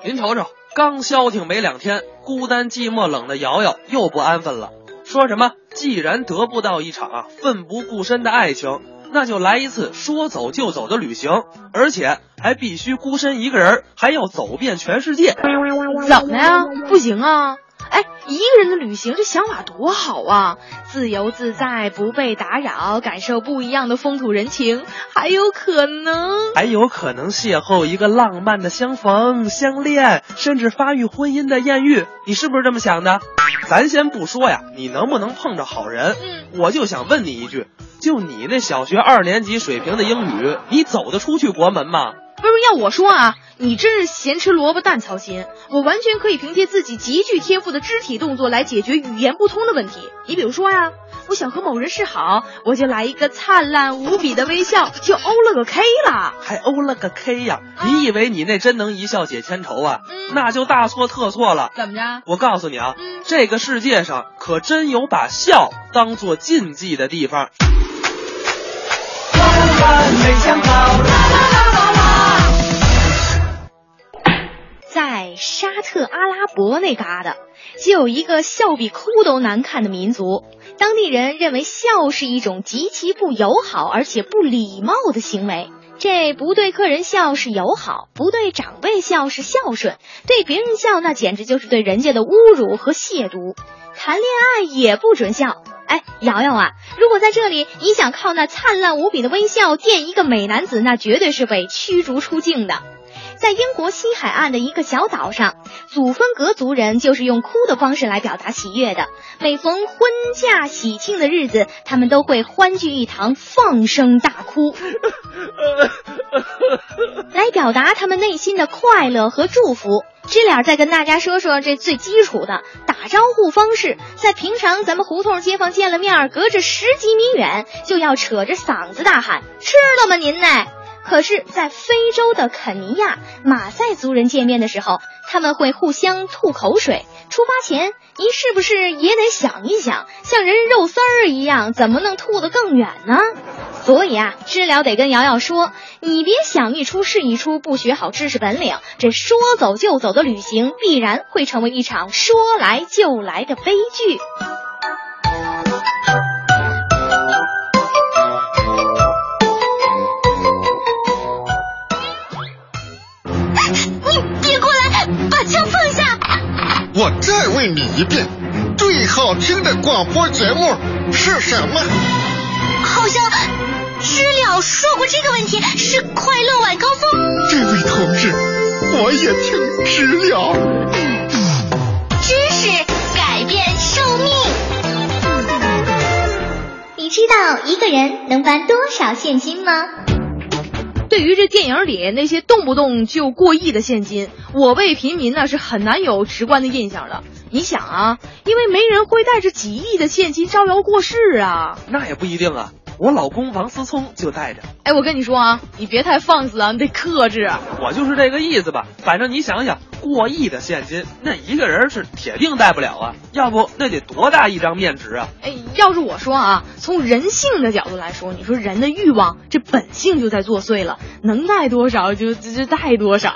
Speaker 9: 您瞅瞅，刚消停没两天，孤单寂寞冷的瑶瑶又不安分了。说什么？既然得不到一场啊奋不顾身的爱情，
Speaker 3: 那就来一次说走就走的旅行，而且还必须孤身一个人，还要走遍全世界。
Speaker 10: 怎么呀？不行啊！哎，一个人的旅行这想法多好啊！自由自在，不被打扰，感受不一样的风土人情，还有可能
Speaker 3: 还有可能邂逅一个浪漫的相逢、相恋，甚至发育婚姻的艳遇。你是不是这么想的？咱先不说呀，你能不能碰着好人？
Speaker 10: 嗯
Speaker 3: 我就想问你一句，就你那小学二年级水平的英语，你走得出去国门吗？
Speaker 10: 不是要我说啊，你真是咸吃萝卜淡操心。我完全可以凭借自己极具天赋的肢体动作来解决语言不通的问题。你比如说呀、我想和某人示好，我就来一个灿烂无比的微笑，就欧了个 K 了。
Speaker 3: 还欧了个 K 呀！
Speaker 10: 啊
Speaker 3: 你以为你那真能一笑解千愁啊？那就大错特错了。
Speaker 10: 嗯怎么着？嗯
Speaker 3: 我告诉你啊，这个世界上可真有把笑当做禁忌的地方。
Speaker 10: 在沙特阿拉伯那旮瘩，就有一个笑比哭都难看的民族。当地人认为笑是一种极其不友好而且不礼貌的行为。这不对客人笑是友好，不对长辈笑是孝顺，对别人笑那简直就是对人家的侮辱和亵渎。谈恋爱也不准笑。哎，瑶瑶啊，如果在这里你想靠那灿烂无比的微笑电一个美男子，那绝对是被驱逐出境的。在英国西海岸的一个小岛上，祖芬格族人就是用哭的方式来表达喜悦的。每逢婚嫁喜庆的日子，他们都会欢聚一堂，放声大哭， *laughs*
Speaker 6: 呃
Speaker 10: 来表达他们内心的快乐和祝福。知了再跟大家说说这最基础的打招呼方式，在平常咱们胡同街坊见了面儿，隔着十几米远就要扯着嗓子大喊“吃了吗您呢”。可是，在非洲的肯尼亚，马赛族人见面的时候，他们会互相吐口水。出发前，您是不是也得想一想，像人肉丝儿一样，怎么能吐得更远呢？所以啊，知了得跟瑶瑶说，你别想一出是一出，不学好知识本领，这说走就走的旅行必然会成为一场说来就来的悲剧。
Speaker 8: 你别过来，把枪放下！
Speaker 11: 我再问你一遍，最好听的广播节目是什么？
Speaker 8: 好像知了说过这个问题是快乐晚高峰。
Speaker 11: 这位同志，我也听知了。
Speaker 8: 知识改变寿命。
Speaker 12: 你知道一个人能搬多少现金吗？
Speaker 10: 对于这电影里那些动不动就过亿的现金，我辈平民呢是很难有直观的印象的。你想啊，因为没人会带着几亿的现金招摇过市啊。
Speaker 3: 那也不一定啊，我老公王思聪就带着。
Speaker 10: 哎，我跟你说啊，你别太放肆啊，你得克制。
Speaker 3: 我就是这个意思吧。反正你想想，过亿的现金，那一个人是铁定带不了啊。要不那得多大一张面值啊？
Speaker 10: 哎，要是我说啊，从人性的角度来说，你说人的欲望这本性就在作祟了，能带多少就就就带多少。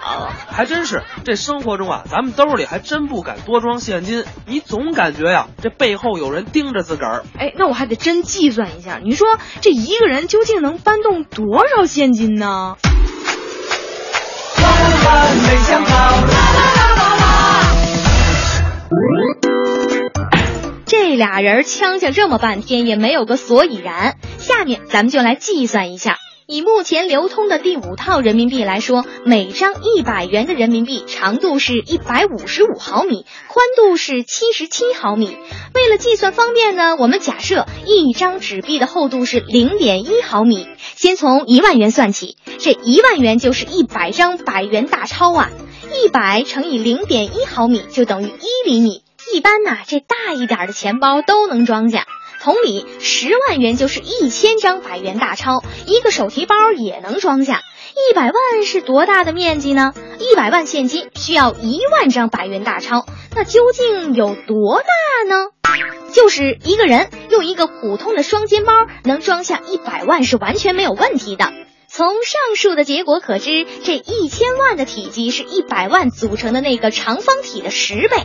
Speaker 3: 还真是，这生活中啊，咱们兜里还真不敢多装现金。你总感觉呀、这背后有人盯着自个儿。
Speaker 10: 哎，那我还得真计算一下，你说这一个人究竟能搬动多少现金呢？这俩人呛呛这么半天也没有个所以然，下面咱们就来计算一下。以目前流通的第五套人民币来说，每张一百元的人民币长度是一百五十五毫米，宽度是七十七毫米。为了计算方便呢，我们假设一张纸币的厚度是零点一毫米。先从一万元算起，这一万元就是一百张百元大钞啊！一百乘以零点一毫米就等于一厘米。一般呐、这大一点的钱包都能装下。同理，十万元就是一千张百元大钞，一个手提包也能装下。一百万是多大的面积呢？一百万现金需要一万张百元大钞，那究竟有多大呢？就是一个人用一个普通的双肩包能装下一百万是完全没有问题的。从上述的结果可知，这一千万的体积是一百万组成的那个长方体的十倍，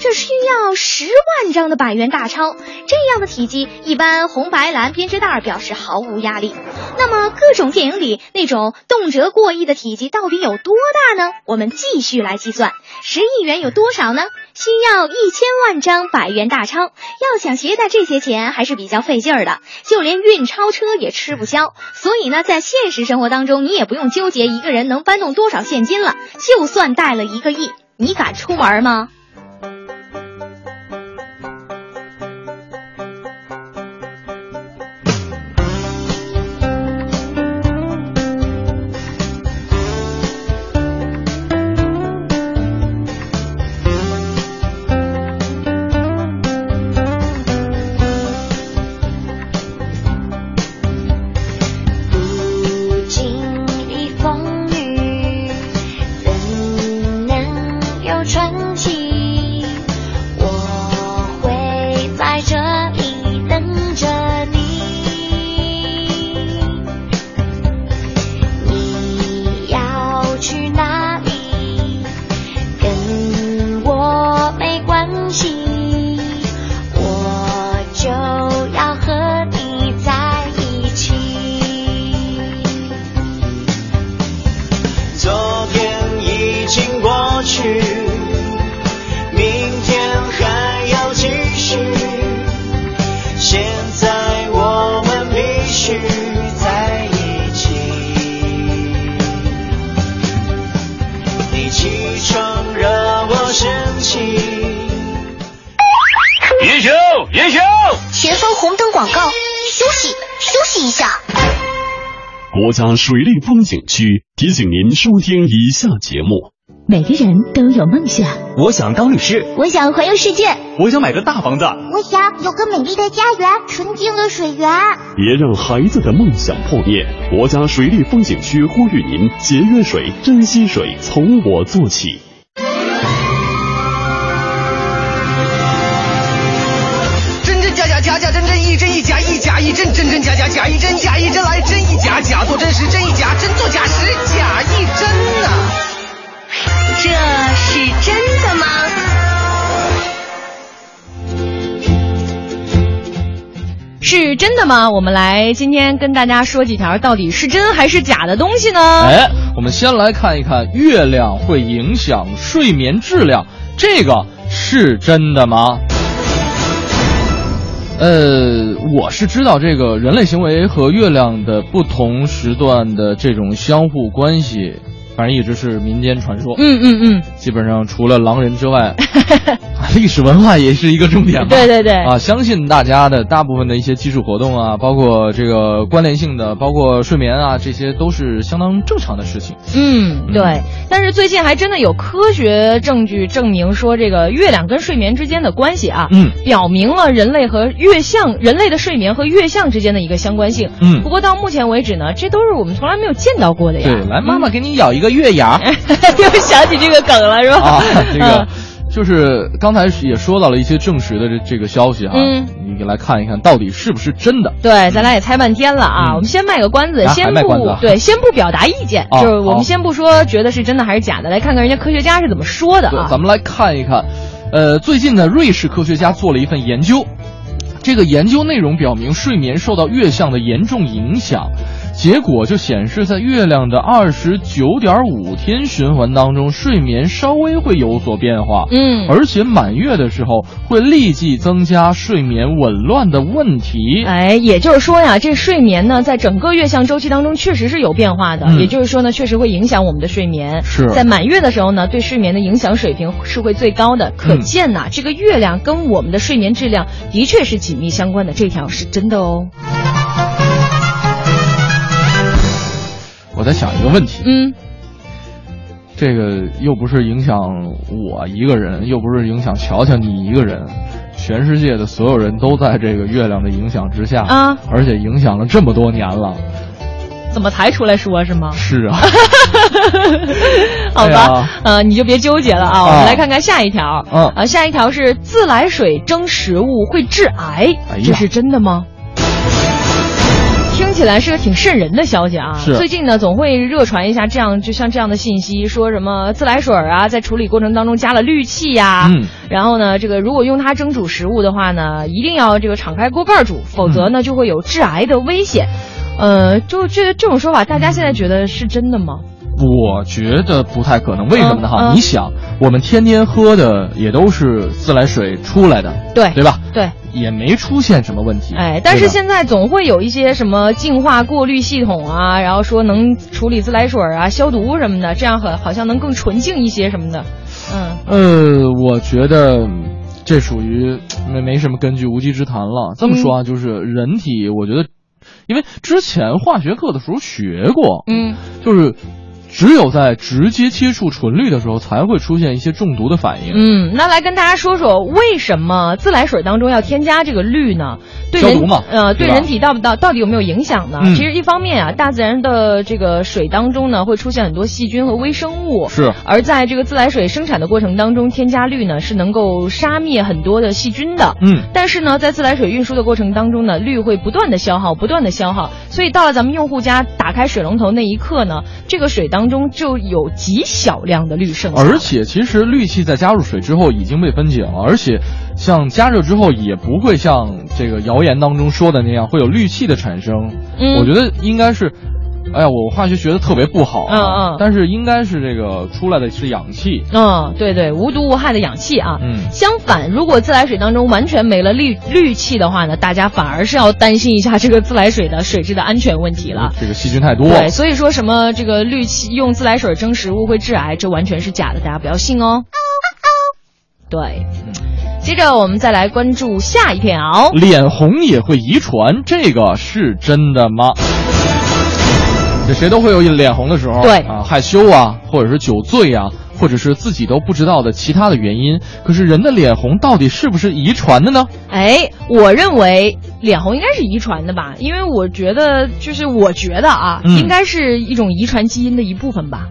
Speaker 10: 这需要十万张的百元大钞。这样的体积，一般红白蓝编织袋表示毫无压力。那那么各种电影里那种动辄过亿的体积到底有多大呢？我们继续来计算，十亿元有多少呢？需要一千万张百元大钞。要想携带这些钱还是比较费劲儿的，就连运钞车也吃不消。所以呢，在现实生活当中，你也不用纠结一个人能搬动多少现金了。就算带了一个亿，你敢出门吗？
Speaker 6: 不经历风雨，怎能有传奇？我会在这里等着你。你要去哪里？跟我没关系，我就要和你在一起。
Speaker 13: 昨天已经过去，明天还要继续。现在我们必须在一起。你起床惹我生气。英雄，英雄，
Speaker 12: 前方红灯广告，休息休息一下。
Speaker 14: 国家水利风景区提醒您收听以下节目。
Speaker 15: 每个人都有梦想，
Speaker 16: 我想当律师，
Speaker 12: 我想环游世界，
Speaker 16: 我想买个大房子。
Speaker 12: 我想有个美丽的家园，纯净的水源。
Speaker 14: 别让孩子的梦想破灭。国家水利风景区呼吁您节约水、珍惜水，从我做起。
Speaker 9: 真真假假，假假真真，一真一假，一假一真，真真假假，假一真，假一真来真一假，假做真实，真一假，真做假实，假一真呐、啊
Speaker 6: 这是真的吗？
Speaker 4: 是真的吗？我们来今天跟大家说几条到底是真还是假的东西呢？
Speaker 5: 哎，我们先来看一看月亮会影响睡眠质量，这个是真的吗？呃，我是知道这个人类行为和月亮的不同时段的这种相互关系，反正一直是民间传说。
Speaker 4: 嗯嗯嗯，
Speaker 5: 基本上除了狼人之外， *laughs* 啊历史文化也是一个重点嘛。
Speaker 4: 对对对
Speaker 5: 啊，相信大家的大部分的一些基础活动啊，包括这个关联性的，包括睡眠啊，这些都是相当正常的事情。
Speaker 4: 嗯，对。但是最近还真的有科学证据证明说，这个月亮跟睡眠之间的关系啊，
Speaker 5: 嗯，
Speaker 4: 表明了人类和月相、人类的睡眠和月相之间的一个相关性。
Speaker 5: 嗯
Speaker 4: 不过到目前为止呢，这都是我们从来没有见到哎
Speaker 5: *laughs*
Speaker 4: 过的呀。嗯
Speaker 5: 对，来，妈妈给你咬一个月牙。
Speaker 4: 又想起这个梗了，是吧？
Speaker 5: *laughs*
Speaker 4: 嗯
Speaker 5: 啊，这个就是刚才也说到了一些证实的这这个消息哈，
Speaker 4: 嗯
Speaker 5: 你来看一看到底是不是真的。
Speaker 4: 对，咱俩也猜半天了啊！
Speaker 5: 嗯
Speaker 4: 我们先卖个关子，
Speaker 5: 啊
Speaker 4: 先
Speaker 5: 还卖
Speaker 4: 不
Speaker 5: 关子啊
Speaker 4: 对，先不表达意见，
Speaker 5: 哦
Speaker 4: 就是我
Speaker 5: 好
Speaker 4: 们先不说觉得是真的还是假的，来看看人家科学家是怎么说的啊。
Speaker 5: 咱们来看一看，呃，最近呢，瑞士科学家做了一份研究，这个研究内容表明睡眠受到月相的严重影响，结果就显示在月亮的二十九点五天循环当中，睡眠稍微会有所变化，
Speaker 4: 嗯
Speaker 5: 而且满月的时候会立即增加睡眠紊乱的问题，
Speaker 4: 哎，也就是说呀，这睡眠呢，在整个月相周期当中确实是有变化的，
Speaker 5: 嗯
Speaker 4: 也就是说呢，确实会影响我们的睡眠。
Speaker 5: 是
Speaker 4: 在满月的时候呢，对睡眠的影响水平是会最高的。
Speaker 5: 嗯
Speaker 4: 可见呐、这个月亮跟我们的睡眠质量的确是紧密相关的，这条是真的哦。
Speaker 5: 我在想一个问题，
Speaker 4: 嗯，
Speaker 5: 这个又不是影响我一个人，又不是影响乔乔你一个人，全世界的所有人都在这个月亮的影响之下
Speaker 4: 啊
Speaker 5: 而且影响了这么多年了。
Speaker 4: 怎么才出来说是吗？
Speaker 5: 是啊，
Speaker 4: *laughs* 好
Speaker 5: 哎
Speaker 4: 吧
Speaker 5: 呀，
Speaker 4: 呃，你就别纠结了啊。我们
Speaker 5: 啊
Speaker 4: 来看看下一条，
Speaker 5: 嗯
Speaker 4: 啊，下一条是自来水蒸食物会致癌
Speaker 5: 哎，呀
Speaker 4: 这是真的吗？听起来是个挺瘆人的消息啊！
Speaker 5: 是
Speaker 4: 最近呢，总会热传一下这样，就像这样的信息，说什么自来水啊，在处理过程当中加了氯气呀、
Speaker 6: 嗯
Speaker 4: 然后呢，这个如果用它蒸煮
Speaker 5: 嗯
Speaker 4: 食物的话呢，一定要这个敞开锅盖煮，否则呢就会有致癌的危险。呃，就这这种说法，大家现在觉得是真的吗？
Speaker 5: 我觉得不太可能，为什么呢？哈、
Speaker 4: 嗯嗯
Speaker 5: 你想，我们天天喝的也都是自来水出来的，
Speaker 4: 对
Speaker 5: 对吧？
Speaker 4: 对，
Speaker 5: 也没出现什么问题。
Speaker 4: 哎，但是
Speaker 5: 对吧
Speaker 4: 现在总会有一些什么净化过滤系统啊，然后说能处理自来水啊、消毒什么的，这样很好像能更纯净一些什么的。嗯，
Speaker 5: 呃，我觉得嗯这属于没没什么根据，无稽之谈了。这么说啊，就是人体，我觉得，因为之前化学课的时候学过，
Speaker 4: 嗯，
Speaker 5: 就是只有在直接接触纯氯的时候，才会出现一些中毒的反应。
Speaker 4: 嗯，那来跟大家说说为什么自来水当中要添加这个氯呢？对
Speaker 5: 消
Speaker 4: 人
Speaker 5: 毒嘛
Speaker 4: 呃，对
Speaker 5: 对吧
Speaker 4: 人体到不到到底有没有影响呢？
Speaker 5: 嗯
Speaker 4: 其实一方面啊，大自然的这个水当中呢，会出现很多细菌和微生物，
Speaker 5: 是
Speaker 4: 而在这个自来水生产的过程当中，添加氯呢是能够杀灭很多的细菌的。
Speaker 5: 嗯
Speaker 4: 但是呢，在自来水运输的过程当中呢，氯会不断的消耗，不断的消耗，所以到了咱们用户家打开水龙头那一刻呢，这个水当中就有极小量的氯剩下。
Speaker 5: 而且，其实氯气在加入水之后已经被分解了，而且像加热之后也不会像这个谣言当中说的那样会有氯气的产生。
Speaker 4: 嗯
Speaker 5: 我觉得应该是，哎呀，我化学学的特别不好、啊，
Speaker 4: 嗯嗯
Speaker 5: 但是应该是这个出来的是氧气。
Speaker 4: 嗯，对对，无毒无害的氧气啊。
Speaker 5: 嗯
Speaker 4: 相反，如果自来水当中完全没了氯氯气的话呢，大家反而是要担心一下这个自来水的水质的安全问题了。
Speaker 5: 这个细菌太多，
Speaker 4: 啊对，所以说什么这个氯气用自来水蒸食物会致癌，这完全是假的，大家不要信哦。对，嗯接着我们再来关注下一条。
Speaker 5: 脸红也会遗传，这个是真的吗？这谁都会有脸红的时候，
Speaker 4: 对
Speaker 5: 啊，害羞啊，或者是酒醉啊，或者是自己都不知道的其他的原因。可是人的脸红到底是不是遗传的呢？
Speaker 4: 哎，我认为脸红应该是遗传的吧，因为我觉得就是我觉得啊，
Speaker 5: 嗯
Speaker 4: 应该是一种遗传基因的一部分吧。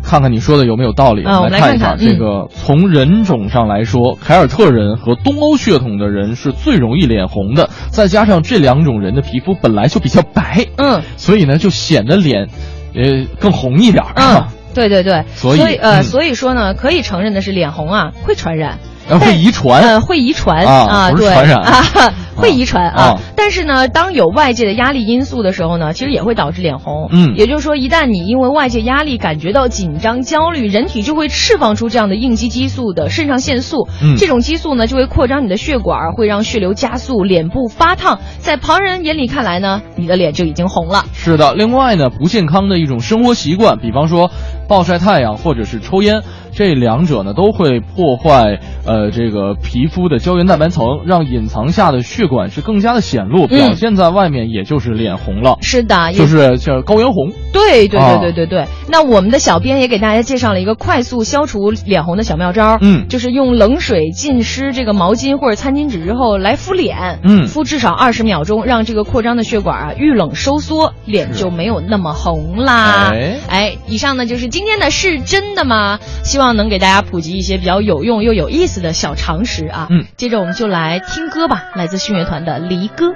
Speaker 5: 看看你说的有没有道理。
Speaker 4: 啊我们来
Speaker 5: 看一下
Speaker 4: 看看
Speaker 5: 这个，从人种上来说，凯尔特人和东欧血统的人是最容易脸红的。再加上这两种人的皮肤本来就比较白，
Speaker 4: 嗯，
Speaker 5: 所以呢就显得脸，呃，更红一点儿。
Speaker 4: 嗯，对对对，
Speaker 5: 所以
Speaker 4: 呃，
Speaker 5: 嗯
Speaker 4: 所以说呢，可以承认的是，脸红啊会传染。
Speaker 5: 呃会
Speaker 4: 但
Speaker 5: 遗传
Speaker 4: 呃，会遗传
Speaker 5: 啊
Speaker 4: 啊，
Speaker 5: 不是
Speaker 4: 对
Speaker 5: 传染
Speaker 4: 啊， *laughs* 会遗传啊
Speaker 5: 啊。
Speaker 4: 但是呢，当有外界的压力因素的时候呢，其实也会导致脸红。
Speaker 5: 嗯
Speaker 4: 也就是说，一旦你因为外界压力感觉到紧张、焦虑，人体就会释放出这样的应激激素的肾上腺素。
Speaker 6: 嗯
Speaker 4: 这种激素呢，就会扩张你的血管，会让血流加速，脸部发烫。在旁人眼里看来呢，你的脸就已经红了。
Speaker 5: 是的，另外呢，不健康的一种生活习惯，比方说暴晒太阳或者是抽烟，这两者呢都会破坏呃这个皮肤的胶原蛋白层，让隐藏下的血管是更加的显露，表现在外面也就是脸红了。
Speaker 4: 嗯是的，也
Speaker 5: 就是叫高原红。
Speaker 4: 对对
Speaker 5: 啊
Speaker 4: 对对对对。那我们的小编也给大家介绍了一个快速消除脸红的小妙招，
Speaker 5: 嗯
Speaker 4: 就是用冷水浸湿这个毛巾或者餐巾纸之后来敷脸，
Speaker 5: 嗯
Speaker 4: 敷至少二十秒钟，让这个扩张的血管啊遇冷收缩，脸就没有那么红啦。
Speaker 6: 哎
Speaker 4: 哎，以上呢就是今天的是真的吗？希望能给大家普及一些比较有用又有意思的小常识啊。
Speaker 6: 嗯，
Speaker 4: 接着我们就来听歌吧，来自迅乐团的《离歌》。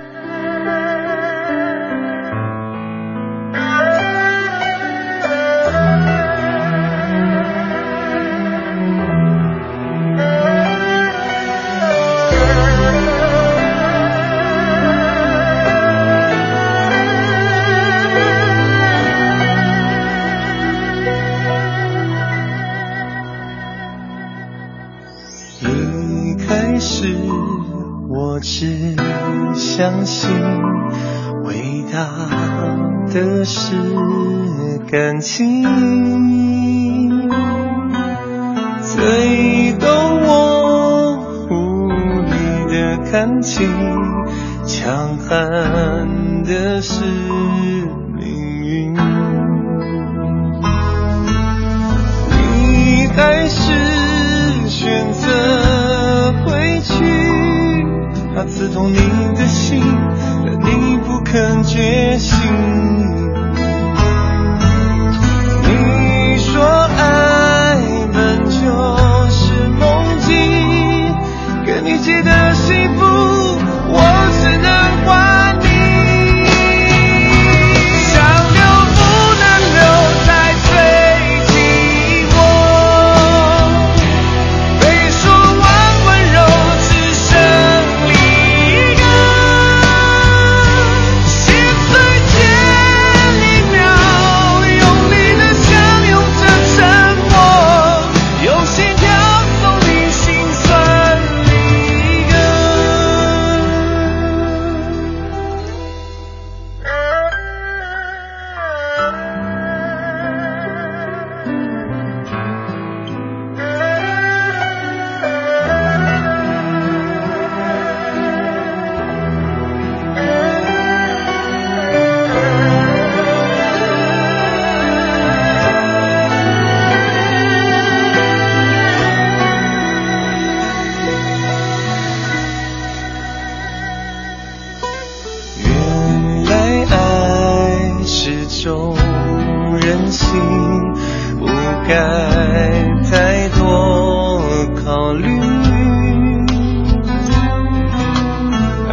Speaker 13: 离开时，我只相信伟大的是感情。最懂我无力的感情，强悍的是命运。你还是选择回去，它刺痛你的心，但你不肯觉醒。你说爱本就是梦境，可你记得幸福，我只能还你。想留不能留在最寂寞，被说完温柔只剩离歌，心碎情，不该太多考虑。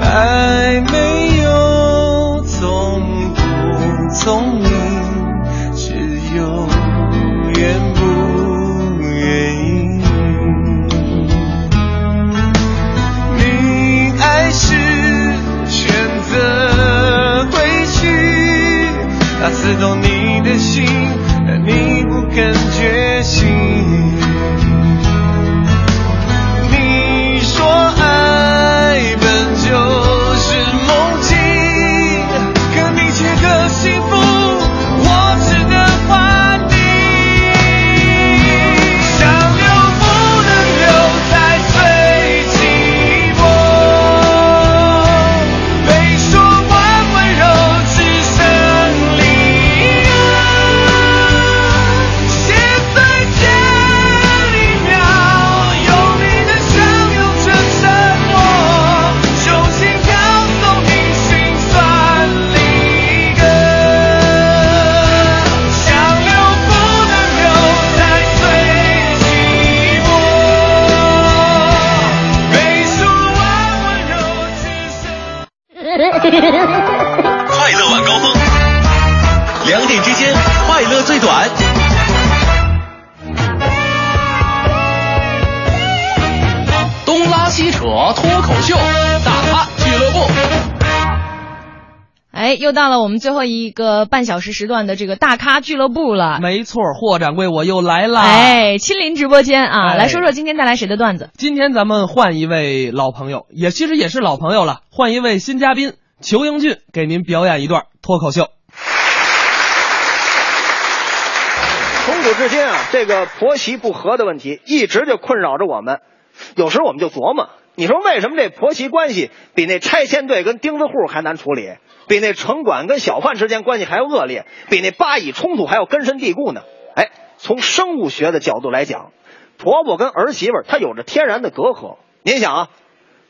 Speaker 13: 爱没有聪不聪明，只有愿不愿意。你爱时选择回去，它刺痛你的心，但你不肯觉醒。你说爱本就是梦境，可你却的幸福，我只能还你。想留不能留在最寂寞，没说完温柔只剩离岸。现在这一秒，用你的香拥着沉默，用心告诉你心酸离歌。想留不能留在最寂寞，没说完温柔只剩。
Speaker 17: 快乐晚高峰，两点之间快乐最短。
Speaker 5: 东拉西扯脱口秀，大咖俱乐部。
Speaker 4: 哎，又到了我们最后一个半小时时段的这个大咖俱乐部了。
Speaker 3: 没错，霍掌柜我又来啦！
Speaker 4: 哎，亲临直播间啊，
Speaker 3: 哎
Speaker 4: 来说说今天带来谁的段子？
Speaker 3: 今天咱们换一位老朋友，也其实也是老朋友了，换一位新嘉宾裘英俊给您表演一段脱口秀。
Speaker 18: 从古至今啊，这个婆媳不和的问题一直就困扰着我们。有时候我们就琢磨，你说为什么这婆媳关系比那拆迁队跟钉子户还难处理，比那城管跟小贩之间关系还要恶劣，比那巴以冲突还要根深蒂固呢？哎，从生物学的角度来讲，婆婆跟儿媳妇儿她有着天然的隔阂。您想啊，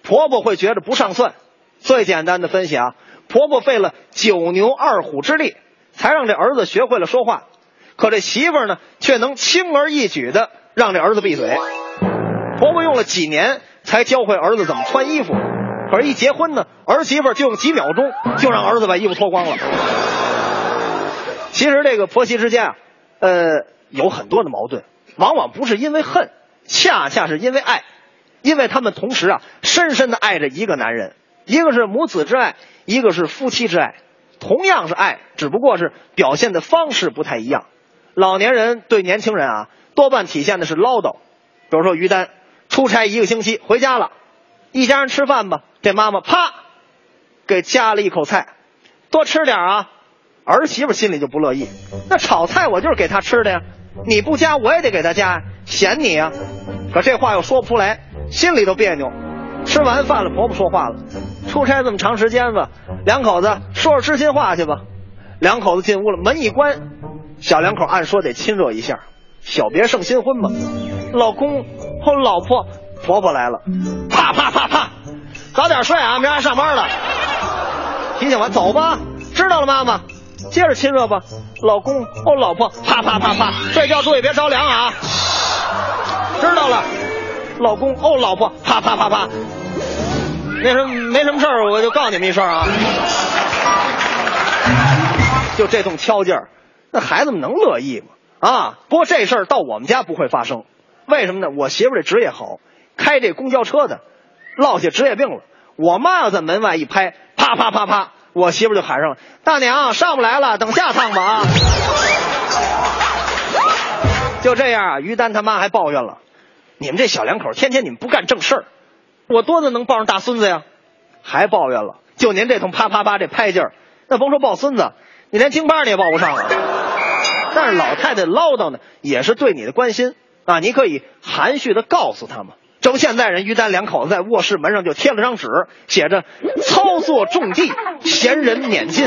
Speaker 18: 婆婆会觉着不上算。最简单的分析啊，婆婆费了九牛二虎之力，才让这儿子学会了说话。可这媳妇儿呢，却能轻而易举的让这儿子闭嘴。婆婆用了几年才教会儿子怎么穿衣服，可是，一结婚呢，儿媳妇儿就用几秒钟就让儿子把衣服脱光了。其实这个婆媳之间啊，呃，有很多的矛盾，往往不是因为恨，恰恰是因为爱，因为他们同时啊，深深的爱着一个男人，一个是母子之爱，一个是夫妻之爱，同样是爱，只不过是表现的方式不太一样。老年人对年轻人啊，多半体现的是唠叨，比如说于丹出差一个星期回家了，一家人吃饭吧，这妈妈啪给夹了一口菜，多吃点啊。儿媳妇心里就不乐意，那炒菜我就是给她吃的呀，你不夹我也得给她夹，嫌你啊。可这话又说不出来，心里头别扭。吃完饭了，婆婆说话了，出差这么长时间吧，两口子说说知心话去吧。两口子进屋了，门一关，小两口按说得亲热一下，小别胜新婚嘛。老公或老婆婆婆来了，啪啪啪啪，早点睡啊，明儿还上班了。提醒完走吧，知道了妈妈。接着亲热吧，老公或老婆，啪啪啪啪，睡觉注意别着凉啊。知道了，老公哦，老婆，啪啪啪啪。那什么没什么事儿，我就告诉你们一声啊。就这通敲劲儿，那孩子们能乐意吗？啊，不过这事儿到我们家不会发生，为什么呢？我媳妇儿这职业好，开这公交车的，落下职业病了。我妈要在门外一拍，啪啪啪啪，我媳妇儿就喊上了：“大娘上不来了，等下趟吧啊！”就这样啊，于丹他妈还抱怨了：“你们这小两口天天你们不干正事儿，我多的能抱上大孙子呀！”还抱怨了：“就您这通啪啪啪这拍劲儿，那甭说抱孙子，你连京巴你也抱不上了。”但是老太太唠叨呢，也是对你的关心啊，你可以含蓄的告诉他们。这不，现在人于丹两口子在卧室门上就贴了张纸，写着“操作重地，闲人免进”。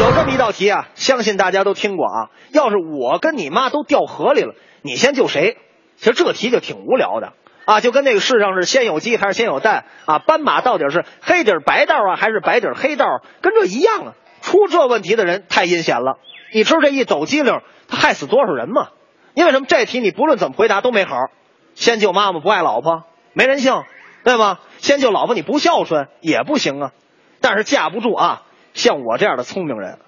Speaker 18: 有这么一道题啊，相信大家都听过啊。要是我跟你妈都掉河里了，你先救谁？其实这题就挺无聊的啊，就跟那个世上是先有鸡还是先有蛋啊，斑马到底是黑底儿白道啊还是白底儿黑道，跟这一样啊。出这问题的人太阴险了。你知道这一抖机灵，他害死多少人吗？因为什么？这题你不论怎么回答都没好。先救妈妈不爱老婆，没人性，对吗？先救老婆你不孝顺也不行啊。但是架不住啊，像我这样的聪明人，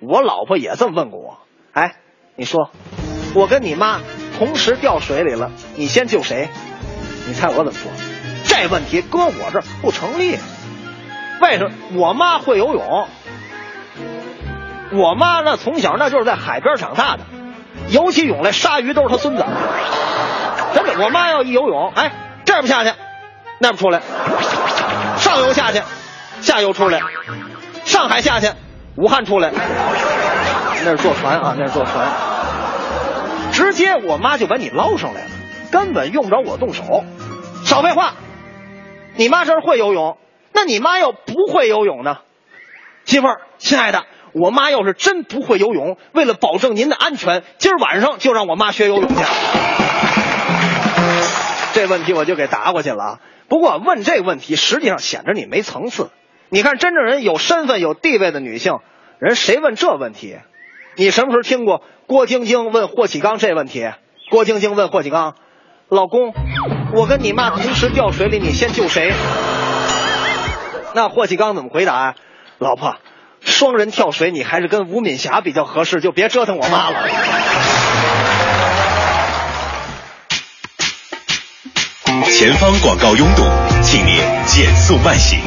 Speaker 18: 我老婆也这么问过我。哎，你说，我跟你妈同时掉水里了，你先救谁？你猜我怎么说？这问题搁我这儿不成立。为什么？我妈会游泳，我妈那从小那就是在海边长大的，游起泳来鲨鱼都是她孙子。真的，我妈要一游泳，哎，这边下去，那边出来，上游下去，下游出来，上海下去，武汉出来，那是坐船啊，那是坐船，直接我妈就把你捞上来了，根本用不着我动手，少废话，你妈这儿会游泳，那你妈要不会游泳呢？媳妇儿，亲爱的，我妈要是真不会游泳，为了保证您的安全，今儿晚上就让我妈学游泳去。这问题我就给答过去了啊。不过问这个问题，实际上显着你没层次。你看，真正人有身份、有地位的女性，人谁问这问题？你什么时候听过郭晶晶问霍启刚这问题？郭晶晶问霍启刚：“老公，我跟你妈同时掉水里，你先救谁？” *laughs* 那霍启刚怎么回答啊？老婆，双人跳水，你还是跟吴敏霞比较合适，就别折腾我妈了。
Speaker 17: 前方广告拥堵，请您减速慢行。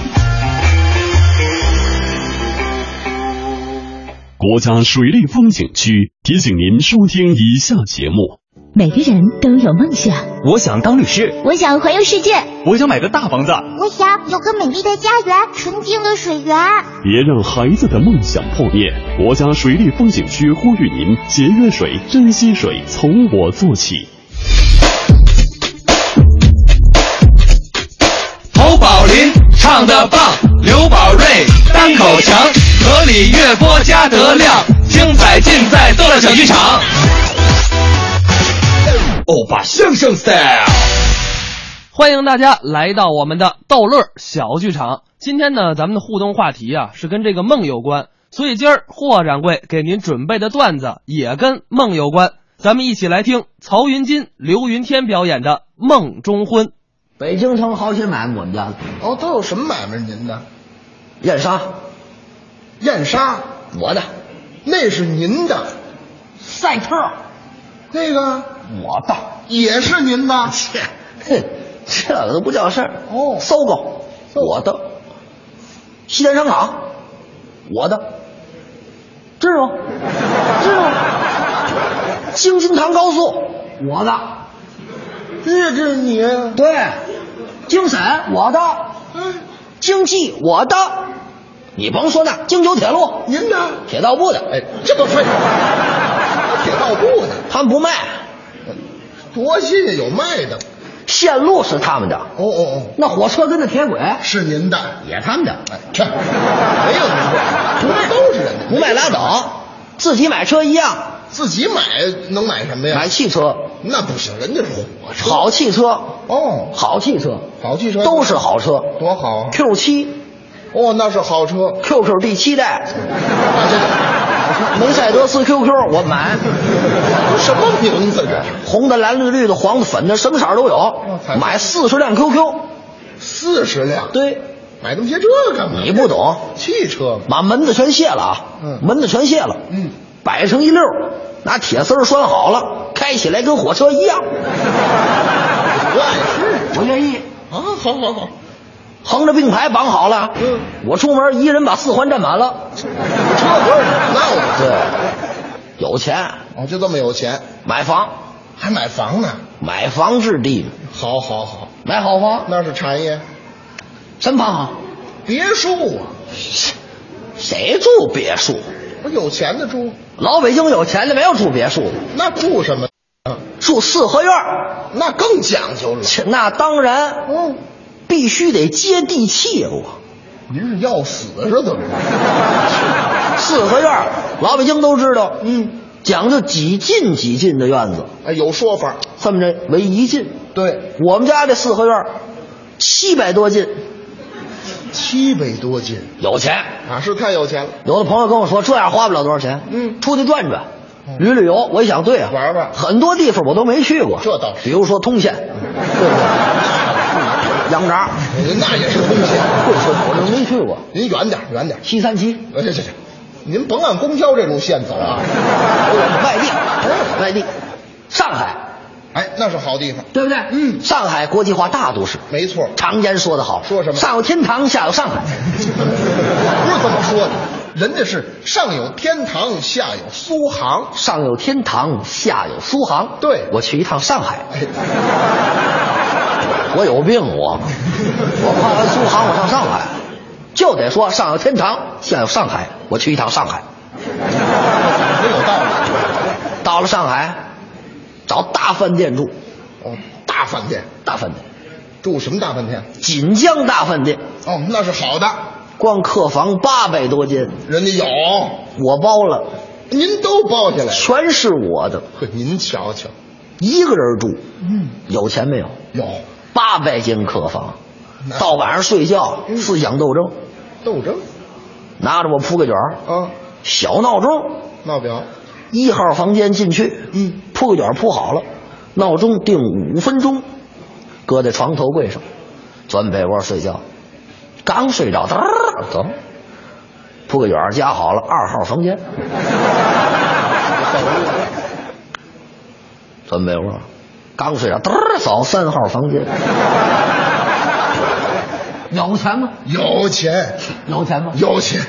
Speaker 14: 国家水利风景区提醒您收听以下节目。
Speaker 15: 每个人都有梦想，
Speaker 16: 我想当律师，
Speaker 12: 我想环游世界，
Speaker 16: 我想买个大房子。
Speaker 12: 我想有个美丽的家园，纯净的水源。
Speaker 14: 别让孩子的梦想破灭。国家水利风景区呼吁您节约水、珍惜水，从我做起。
Speaker 19: 侯宝林唱的棒，刘宝瑞单口强，河里月波加德亮，精彩尽在逗乐小剧场。
Speaker 16: 欧巴相声 style，
Speaker 5: 欢迎大家来到我们的逗乐小剧场。今天呢，咱们的互动话题啊是跟这个梦有关，所以今儿霍掌柜给您准备的段子也跟梦有关。咱们一起来听曹云金、刘云天表演的《梦中婚》。
Speaker 20: 北京城好些买卖，我们家
Speaker 21: 哦，都有什么买卖？您的
Speaker 20: 燕莎，
Speaker 21: 燕莎，
Speaker 20: 我的
Speaker 21: 那是您的；
Speaker 20: 赛特，
Speaker 21: 那个
Speaker 20: 我的
Speaker 21: 也是您的。
Speaker 20: 切，哼，这个都不叫事儿
Speaker 21: 哦
Speaker 20: 搜狗，我的西单商场，我的知道吗？知
Speaker 21: *laughs*
Speaker 20: 道吗？京津唐高速，我的
Speaker 21: 这是你，
Speaker 20: 对，京沈我的，
Speaker 21: 嗯，
Speaker 20: 京冀我的，你甭说那京九铁路
Speaker 21: 您呢？
Speaker 20: 铁道部的，哎，
Speaker 21: 这不废话，铁道部的
Speaker 20: 他们不卖，
Speaker 21: 多新鲜，有卖的。
Speaker 20: 线路是他们的，
Speaker 21: 哦哦
Speaker 20: 那火车跟那铁轨
Speaker 21: 哦，是您的，
Speaker 20: 也他们的，
Speaker 21: 哎，这没有您的，不卖都是人的，
Speaker 20: 不卖拉倒，自己买车一样，
Speaker 21: 自己买能买什么呀？
Speaker 20: 买汽车，
Speaker 21: 那不行，人家是火车。
Speaker 20: 好汽车，
Speaker 21: 哦，
Speaker 20: 好汽车，
Speaker 21: 好汽车
Speaker 20: 都是好车
Speaker 21: 多好啊！
Speaker 20: ，Q 七、
Speaker 21: 哦，那是好车。
Speaker 20: QQ 第七
Speaker 21: *laughs*
Speaker 20: 代，
Speaker 21: 啊
Speaker 20: 梅赛德斯 QQ 我买，
Speaker 21: 这 *laughs* 什么名字这是？
Speaker 20: 红的、蓝的、绿的、黄的、粉的，什么色儿都有
Speaker 21: 哦才，
Speaker 20: 买四十辆 QQ，
Speaker 21: 四十辆，
Speaker 20: 对，
Speaker 21: 买那么些这干嘛？
Speaker 20: 你不懂，
Speaker 21: 汽车嘛，
Speaker 20: 把门子全卸了啊，
Speaker 21: 嗯
Speaker 20: 门子全卸了，
Speaker 21: 嗯，
Speaker 20: 摆成一溜儿，拿铁丝儿拴好了，开起来跟火车一样，
Speaker 21: *laughs* 我爱
Speaker 20: 我愿意。
Speaker 21: 吃啊！好好好，
Speaker 20: 横着并排绑好了。
Speaker 21: 嗯，
Speaker 20: 我出门一人把四环占满了。
Speaker 21: 这不是闹的。
Speaker 20: 对，有钱
Speaker 21: 哦，就这么有钱，
Speaker 20: 买房，
Speaker 21: 还买房呢？
Speaker 20: 买房置地，
Speaker 21: 好好好，
Speaker 20: 买好房，
Speaker 21: 那是产业，
Speaker 20: 什么房啊？
Speaker 21: 别墅啊，
Speaker 20: 谁住别墅？
Speaker 21: 不有钱的住，
Speaker 20: 老北京有钱的没有住别墅的，
Speaker 21: 那住什么？啊，
Speaker 20: 住四合院儿。
Speaker 21: 那更讲究了。
Speaker 20: 切那当然，
Speaker 21: 嗯，
Speaker 20: 必须得接地气啊！我
Speaker 21: 您是要死啊是怎么着？
Speaker 20: 四合院儿，老北京都知道，
Speaker 21: 嗯，
Speaker 20: 讲究几进几进的院子，
Speaker 21: 哎，有说法。
Speaker 20: 这么着为一进。
Speaker 21: 对，
Speaker 20: 我们家这四合院儿，七百多进，
Speaker 21: 七百多斤，
Speaker 20: 有钱
Speaker 21: 啊，是太有钱了。
Speaker 20: 有的朋友跟我说，这样花不了多少钱，嗯，出去转转，
Speaker 21: 嗯
Speaker 20: 旅旅游。我一想，对啊，玩玩，很多地方我都没去过，这倒是。比如说通县，
Speaker 21: 嗯
Speaker 20: 对不对？羊闸，
Speaker 21: 哎那也是贡献。
Speaker 20: 贵州 *laughs* 我都没去过，
Speaker 21: 您远点，远点，
Speaker 20: 七三七。
Speaker 21: 哎，这这这，您甭按公交这路线走
Speaker 20: *laughs*
Speaker 21: 啊，
Speaker 20: 外地，外地，上海。
Speaker 21: 哎，那是好地方，
Speaker 20: 对不对？嗯，上海国际化大都市，
Speaker 21: 没错。
Speaker 20: 常言说得好，
Speaker 21: 说什么
Speaker 20: 上有天堂，下有上海。
Speaker 21: 不是这么说的，人家是上有天堂，下有苏杭，
Speaker 20: 上有天堂，下有苏杭。
Speaker 21: 对，哎
Speaker 20: 我去一趟上海，我有病我，我跨完苏杭，我上上海，就得说上有天堂，下有上海，我去一趟上海。
Speaker 21: 真有道理。
Speaker 20: 到了上海，找大饭店住，
Speaker 21: 哦，大饭店，
Speaker 20: 大饭店，
Speaker 21: 住什么大饭店？
Speaker 20: 锦江大饭店，
Speaker 21: 哦，那是好的，
Speaker 20: 光客房八百多间，
Speaker 21: 人家有，
Speaker 20: 我包了，
Speaker 21: 您都包下来了，
Speaker 20: 全是我的，
Speaker 21: 呵，您瞧瞧，
Speaker 20: 一个人住，
Speaker 21: 嗯，
Speaker 20: 有钱没有？
Speaker 21: 有，
Speaker 20: 八百间客房
Speaker 21: 那，嗯
Speaker 20: 到晚上睡觉思想斗争，
Speaker 21: 斗争，
Speaker 20: 拿着我铺盖卷儿
Speaker 21: 啊，
Speaker 20: 小闹钟，
Speaker 21: 闹表，
Speaker 20: 一号房间进去，嗯，铺个卷儿铺好了，闹钟定五分钟，搁在床头柜上，钻被窝睡觉，刚睡着，噔儿走，铺个卷儿夹好了，二号
Speaker 21: *laughs*
Speaker 20: 房间，钻被窝，刚睡着，噔儿走，三号房间，有钱吗？
Speaker 21: 有钱，
Speaker 20: 有钱吗？
Speaker 21: 有钱，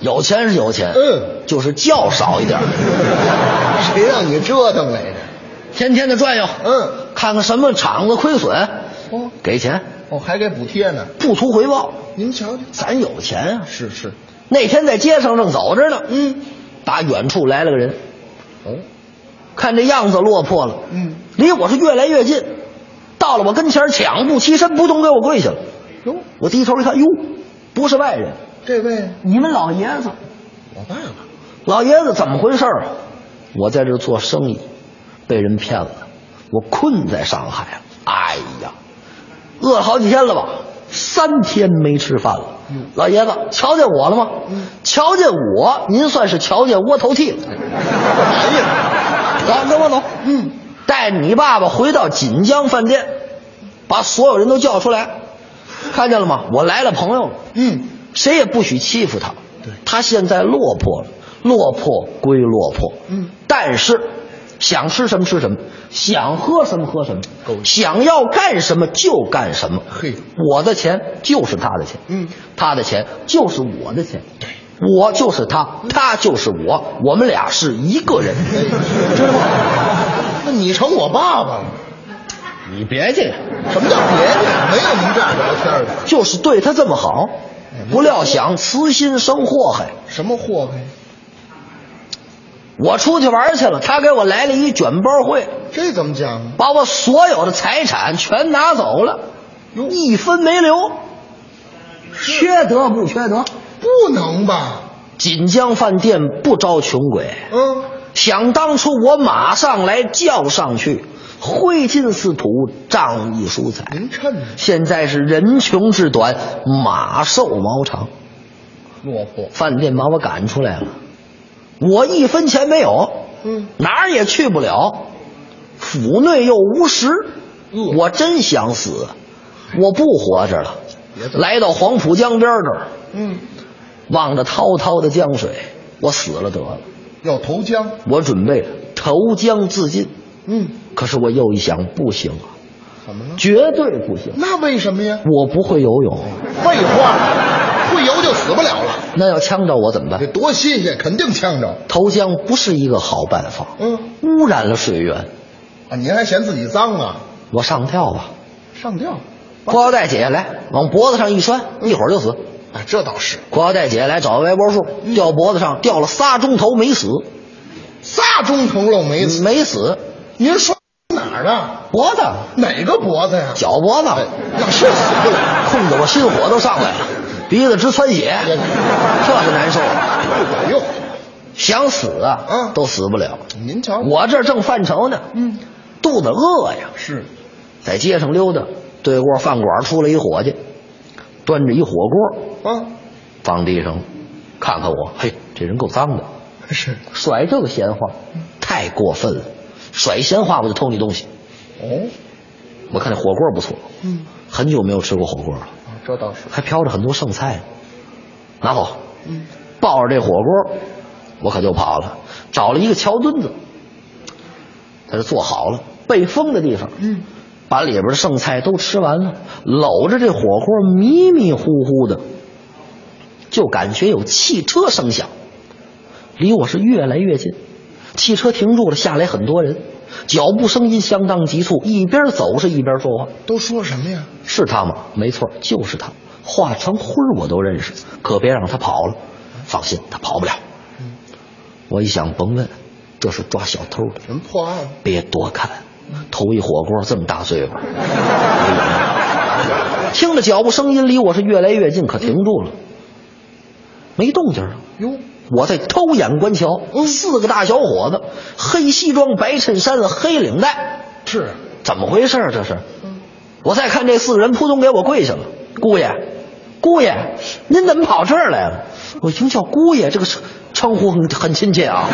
Speaker 20: 有钱是有钱，
Speaker 21: 嗯，
Speaker 20: 就是觉少一点儿。
Speaker 21: *laughs* 谁让你折腾来着？
Speaker 20: 天天的转悠，
Speaker 21: 嗯，
Speaker 20: 看看什么厂子亏损，
Speaker 21: 哦
Speaker 20: 给钱，
Speaker 21: 哦，还给补贴呢，
Speaker 20: 不图回报。
Speaker 21: 您瞧瞧，
Speaker 20: 咱有钱啊！
Speaker 21: 是是，
Speaker 20: 那天在街上正走着呢，嗯，打远处来了个人，
Speaker 21: 哦，
Speaker 20: 看这样子落魄了，
Speaker 21: 嗯，
Speaker 20: 离我是越来越近，到了我跟前儿抢步起身不动给我跪下了。
Speaker 21: 哟，
Speaker 20: 我低头一看，哟，不是外人，
Speaker 21: 这位
Speaker 20: 你们老爷子，
Speaker 21: 我爸爸，
Speaker 20: 老爷子怎么回事儿啊？我在这儿做生意，被人骗了，我困在上海了。哎呀，饿了好几天了吧？三天没吃饭了。老爷子，瞧见我了吗？瞧见我，您算是瞧见窝头剃了。
Speaker 21: 哎呀，
Speaker 20: *laughs* 走，跟我走。嗯，带着你爸爸回到锦江饭店，把所有人都叫出来，看见了吗？我来了朋友了。
Speaker 21: 嗯，
Speaker 20: 谁也不许欺负他。对，他现在落魄了，落魄归落魄。
Speaker 21: 嗯，
Speaker 20: 但是想吃什么吃什么，想喝什么喝什么，想要干什么就干什么。
Speaker 21: 嘿，
Speaker 20: 我的钱就是他的钱，
Speaker 21: 嗯，
Speaker 20: 他的钱就是我的钱，对，我就是他，他就是我，我们俩是一个
Speaker 21: *laughs*
Speaker 20: 人。
Speaker 21: 知道吗？那你成我爸爸了？
Speaker 20: 你别介，
Speaker 21: 什么叫别介？没有您这样聊天的，哎
Speaker 20: 就是对他这么好，不料想慈心生祸害。
Speaker 21: 什么祸害？
Speaker 20: 我出去玩去了，他给我来了一卷包会，
Speaker 21: 这怎么讲啊呢？
Speaker 20: 把我所有的财产全拿走了，一分没留，缺德不缺德？
Speaker 21: 不能吧？
Speaker 20: 锦江饭店不招穷鬼，
Speaker 21: 嗯，
Speaker 20: 想当初我马上来叫上去，挥金似土，仗义疏财。
Speaker 21: 您趁着
Speaker 20: 现在是人穷志短，马瘦毛长。
Speaker 21: 落魄，
Speaker 20: 饭店把我赶出来了，我一分钱没有，
Speaker 21: 嗯，
Speaker 20: 哪儿也去不了，府内又无食，我真想死，我不活着了。来到黄浦江边这儿，
Speaker 21: 嗯，
Speaker 20: 望着滔滔的江水，我死了得了，
Speaker 21: 要投江，
Speaker 20: 我准备投江自尽。
Speaker 21: 嗯，
Speaker 20: 可是我又一想，不行啊，
Speaker 21: 怎么了？
Speaker 20: 绝对不行，
Speaker 21: 那哎为什么呀？
Speaker 20: 我不会游泳，
Speaker 21: 废话，会游就死不了了，
Speaker 20: 那要呛着我怎么办
Speaker 21: 这？多新鲜，肯定呛着
Speaker 20: 投江不是一个好办法，
Speaker 21: 嗯，
Speaker 20: 污染了水源。
Speaker 21: 啊！您还嫌自己脏啊？
Speaker 20: 我上吊吧，
Speaker 21: 上吊嗯
Speaker 20: 裤腰带解下来，往脖子上一拴，一会儿就死。
Speaker 21: 啊，这倒是嗯
Speaker 20: 裤腰带解下来，找个歪脖树吊脖子上，吊了仨钟头没死，
Speaker 21: 仨钟头了没死。
Speaker 20: 没死，
Speaker 21: 您说哪儿呢？
Speaker 20: 脖子、
Speaker 21: 哪个脖子呀？
Speaker 20: 脚脖子，
Speaker 21: 哎，那是死不了。
Speaker 20: 控得我心火都上来了，鼻子直窜血，
Speaker 21: 哎
Speaker 20: 这是难受啊。
Speaker 21: 不管用。
Speaker 20: 想死啊，
Speaker 21: 嗯
Speaker 20: 都死不了。
Speaker 21: 您瞧，
Speaker 20: 我这正犯愁呢，
Speaker 21: 哦嗯，
Speaker 20: 肚子饿呀，
Speaker 21: 是
Speaker 20: 在街上溜达，对过饭馆出来一伙计，端着一火锅，
Speaker 21: 啊，
Speaker 20: 放地上，看看我，嘿，这人够脏的，
Speaker 21: 是
Speaker 20: 甩这个闲话，太过分了，甩闲话我就偷你东西。
Speaker 21: 哦，
Speaker 20: 我看这火锅不错，
Speaker 21: 嗯，啊
Speaker 20: 很久没有吃过火锅了，
Speaker 21: 这倒是，
Speaker 20: 还飘着很多剩菜呢，拿走，抱着这火锅，我可就跑了，找了一个桥墩子，在这坐好了，背风的地方，
Speaker 21: 嗯，
Speaker 20: 把里边的剩菜都吃完了，搂着这火锅迷迷糊糊的，就感觉有汽车声响，离我是越来越近，汽车停住了，下来很多人，脚步声音相当急促，一边走是一边说话，
Speaker 21: 都说什么呀？
Speaker 20: 是他吗？没错，就是他。化成灰儿我都认识，可别让他跑了。放心，他跑不了。我一想，甭问，这是抓小偷的，
Speaker 21: 什么破案？
Speaker 20: 别多看。头一火锅这么大罪过，听着脚步声音离我是越来越近，可停住了，没动静啊。
Speaker 21: 哟，嗯
Speaker 20: 我在偷眼观瞧，四个大小伙子，黑西装、白衬衫、黑领带，
Speaker 21: 是
Speaker 20: 怎么回事儿？这是？我再看这四个人，扑通给我跪下了。姑爷，姑爷，您怎么跑这儿来了？我一听叫姑爷，这个称称呼很很亲切啊。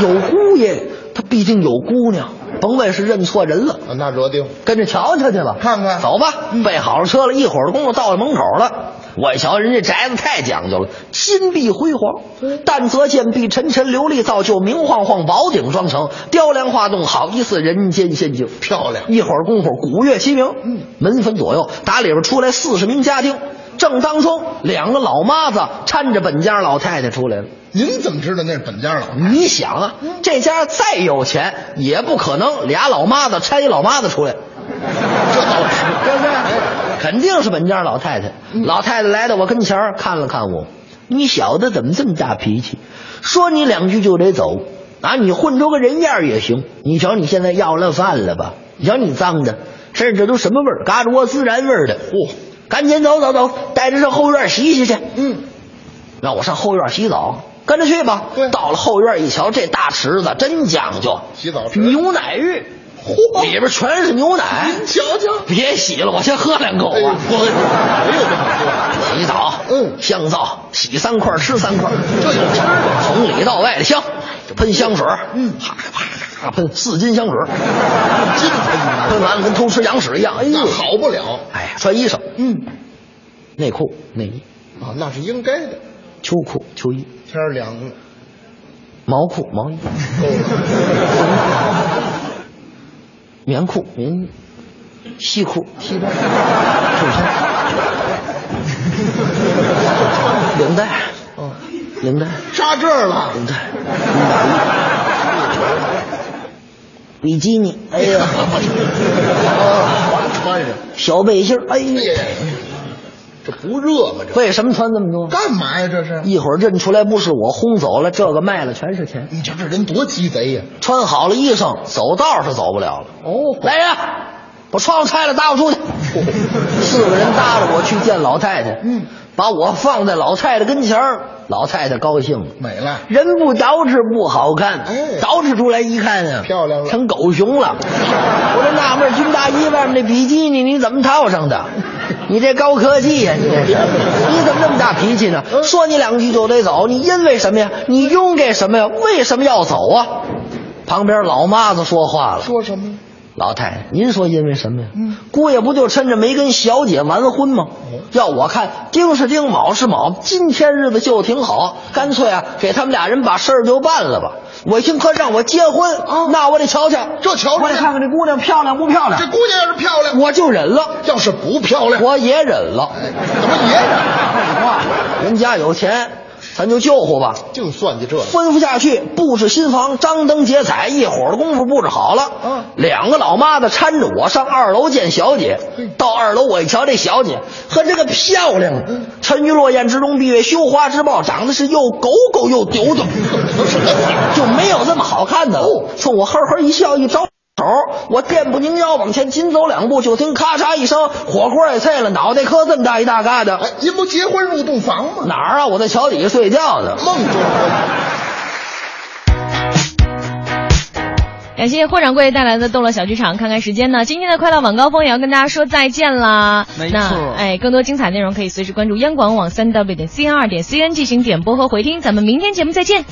Speaker 20: 有姑爷，他必定有姑娘，甭问是认错人了。
Speaker 21: 那惹定，
Speaker 20: 跟着瞧瞧去吧，看看。走吧，备好了车了，一会儿的功夫到了门口了。我一瞧，人家宅子太讲究了，金碧辉煌，淡泽见碧，沉沉琉璃造就，明晃晃宝顶妆成，雕梁画栋，好一似人间仙境。
Speaker 21: 漂亮。
Speaker 20: 一会儿功夫，鼓乐齐鸣，门分左右，打里边出来四十名家丁，正当中两个老妈子搀着本家老太太出来了。
Speaker 21: 您怎么知道那是本家老？
Speaker 20: 你想啊，这家再有钱，也不可能俩老妈子搀一老妈子出来。
Speaker 21: 这倒
Speaker 20: *laughs*
Speaker 21: 是，
Speaker 20: 对不对？ *laughs* 肯定是本家老太太。老太太来到我跟前儿看了看我，你小子怎么这么大脾气？说你两句就得走啊！你混出个人样儿也行。你瞧你现在要了饭了吧？你瞧你脏的，身上这都什么味儿？嘎吱窝孜然味儿的。嚯、赶紧走走走，带着上后院洗洗去。
Speaker 21: 嗯，
Speaker 20: 让我上后院洗澡，跟着去吧。到了后院一瞧，这大池子真讲究，
Speaker 21: 洗澡池
Speaker 20: 牛奶浴，嚯，里边全是牛奶。
Speaker 21: 您瞧瞧，哎
Speaker 20: 别洗了，我先喝两口啊！我
Speaker 21: 没有这好事。
Speaker 20: 洗澡，嗯，香皂，洗三块儿吃三块儿，这有吃的，
Speaker 21: 啊
Speaker 20: 从里到外的香，喷香水，嗯，啪啪啪喷四斤香水，嗯
Speaker 21: 金盆
Speaker 20: 喷完了跟偷吃羊屎一样，哎呦
Speaker 21: 那，好不了
Speaker 20: 哎，穿衣裳，嗯，内裤、内衣、
Speaker 21: 啊，那是应该的。
Speaker 20: 秋裤、秋衣、
Speaker 21: 天儿凉了，
Speaker 20: 毛裤、毛衣、
Speaker 21: 够了。
Speaker 20: 棉裤、棉衣、西裤、西装、衬衫、领带，领带，
Speaker 21: 扎这儿了，
Speaker 20: 领带，嗯比基尼，哎呀，
Speaker 21: 啊，穿上，
Speaker 20: *laughs* 小背心儿，
Speaker 21: 哎
Speaker 20: 哎呀
Speaker 21: 呀，这不热吗？这
Speaker 20: 为什么穿这么多？
Speaker 21: 干嘛呀？这是，
Speaker 20: 一会儿认出来不是我，轰走了，这个卖了全是钱。
Speaker 21: 你瞧这人多鸡贼呀！
Speaker 20: 穿好了衣裳，走道是走不了了。
Speaker 21: 哦
Speaker 20: 来人，把窗户拆了，搭
Speaker 21: *laughs*
Speaker 20: 我出去。四个人搭着我去见老太太，嗯，把我放在老太太跟前儿，老太太高兴了。
Speaker 21: 美了，
Speaker 20: 人不捯饬不好看
Speaker 21: 哎，
Speaker 20: 捯饬出来一看啊，
Speaker 21: 漂亮了
Speaker 20: 成狗熊了。我这纳闷儿，军大衣外面那比基尼你怎么套上
Speaker 21: *laughs*
Speaker 20: 的？你这高科技呀、你这是，你怎么这么大脾气呢？
Speaker 21: 嗯
Speaker 20: 说你两句就得走，你因为什么呀？你因为什么呀？为什么要走啊？旁边老妈子说话了，
Speaker 21: 说什么？嗯
Speaker 20: 老太太，您说因为什么呀？姑爷不就趁着没跟小姐完婚吗？
Speaker 21: 哦
Speaker 20: 要我看，丁是丁，卯是卯，今天日子就挺好，干脆啊，给他们俩人把事儿就办了吧。我一听哥让我结婚，那我得瞧瞧，
Speaker 21: 哦这瞧瞧
Speaker 20: 我得看看这姑娘漂亮不漂亮
Speaker 21: 这。姑娘要是漂亮，
Speaker 20: 我就忍了，
Speaker 21: 要是不漂亮，
Speaker 20: 我也忍了。
Speaker 21: 怎么也忍？
Speaker 20: 废话，人家有钱，咱就救活吧。
Speaker 21: 净算计这个，
Speaker 20: 吩咐下去，布置新房，张灯结彩，一会儿的功夫布置好了。
Speaker 21: 嗯
Speaker 20: 两个老妈子搀着我上二楼见小姐。
Speaker 21: 嗯
Speaker 20: 到二楼，我一瞧这小姐，呵，这个漂亮，
Speaker 21: 嗯
Speaker 20: 沉鱼落雁之中，闭月羞花之貌，长得是又狗狗又
Speaker 21: *laughs*
Speaker 20: 丢丢，就没有这么好看的
Speaker 21: 哦
Speaker 20: 了。冲我呵呵一笑，一招手，我电不宁腰往前紧走两步，就听咔嚓一声，火锅也碎了，脑袋磕这么大一大疙瘩。
Speaker 21: 哎，您不结婚入洞房吗？
Speaker 20: 哪儿啊？我在桥底下睡觉呢。
Speaker 21: 梦中婚。
Speaker 4: 感谢霍掌柜带来的逗乐小剧场。看看时间呢，今天的快乐晚高峰也要跟大家说再见啦。
Speaker 7: 没错
Speaker 4: 那哎，更多精彩内容可以随时关注央广网三 w 点 c n 二点 c n 进行点播和回听。咱们明天节目再见。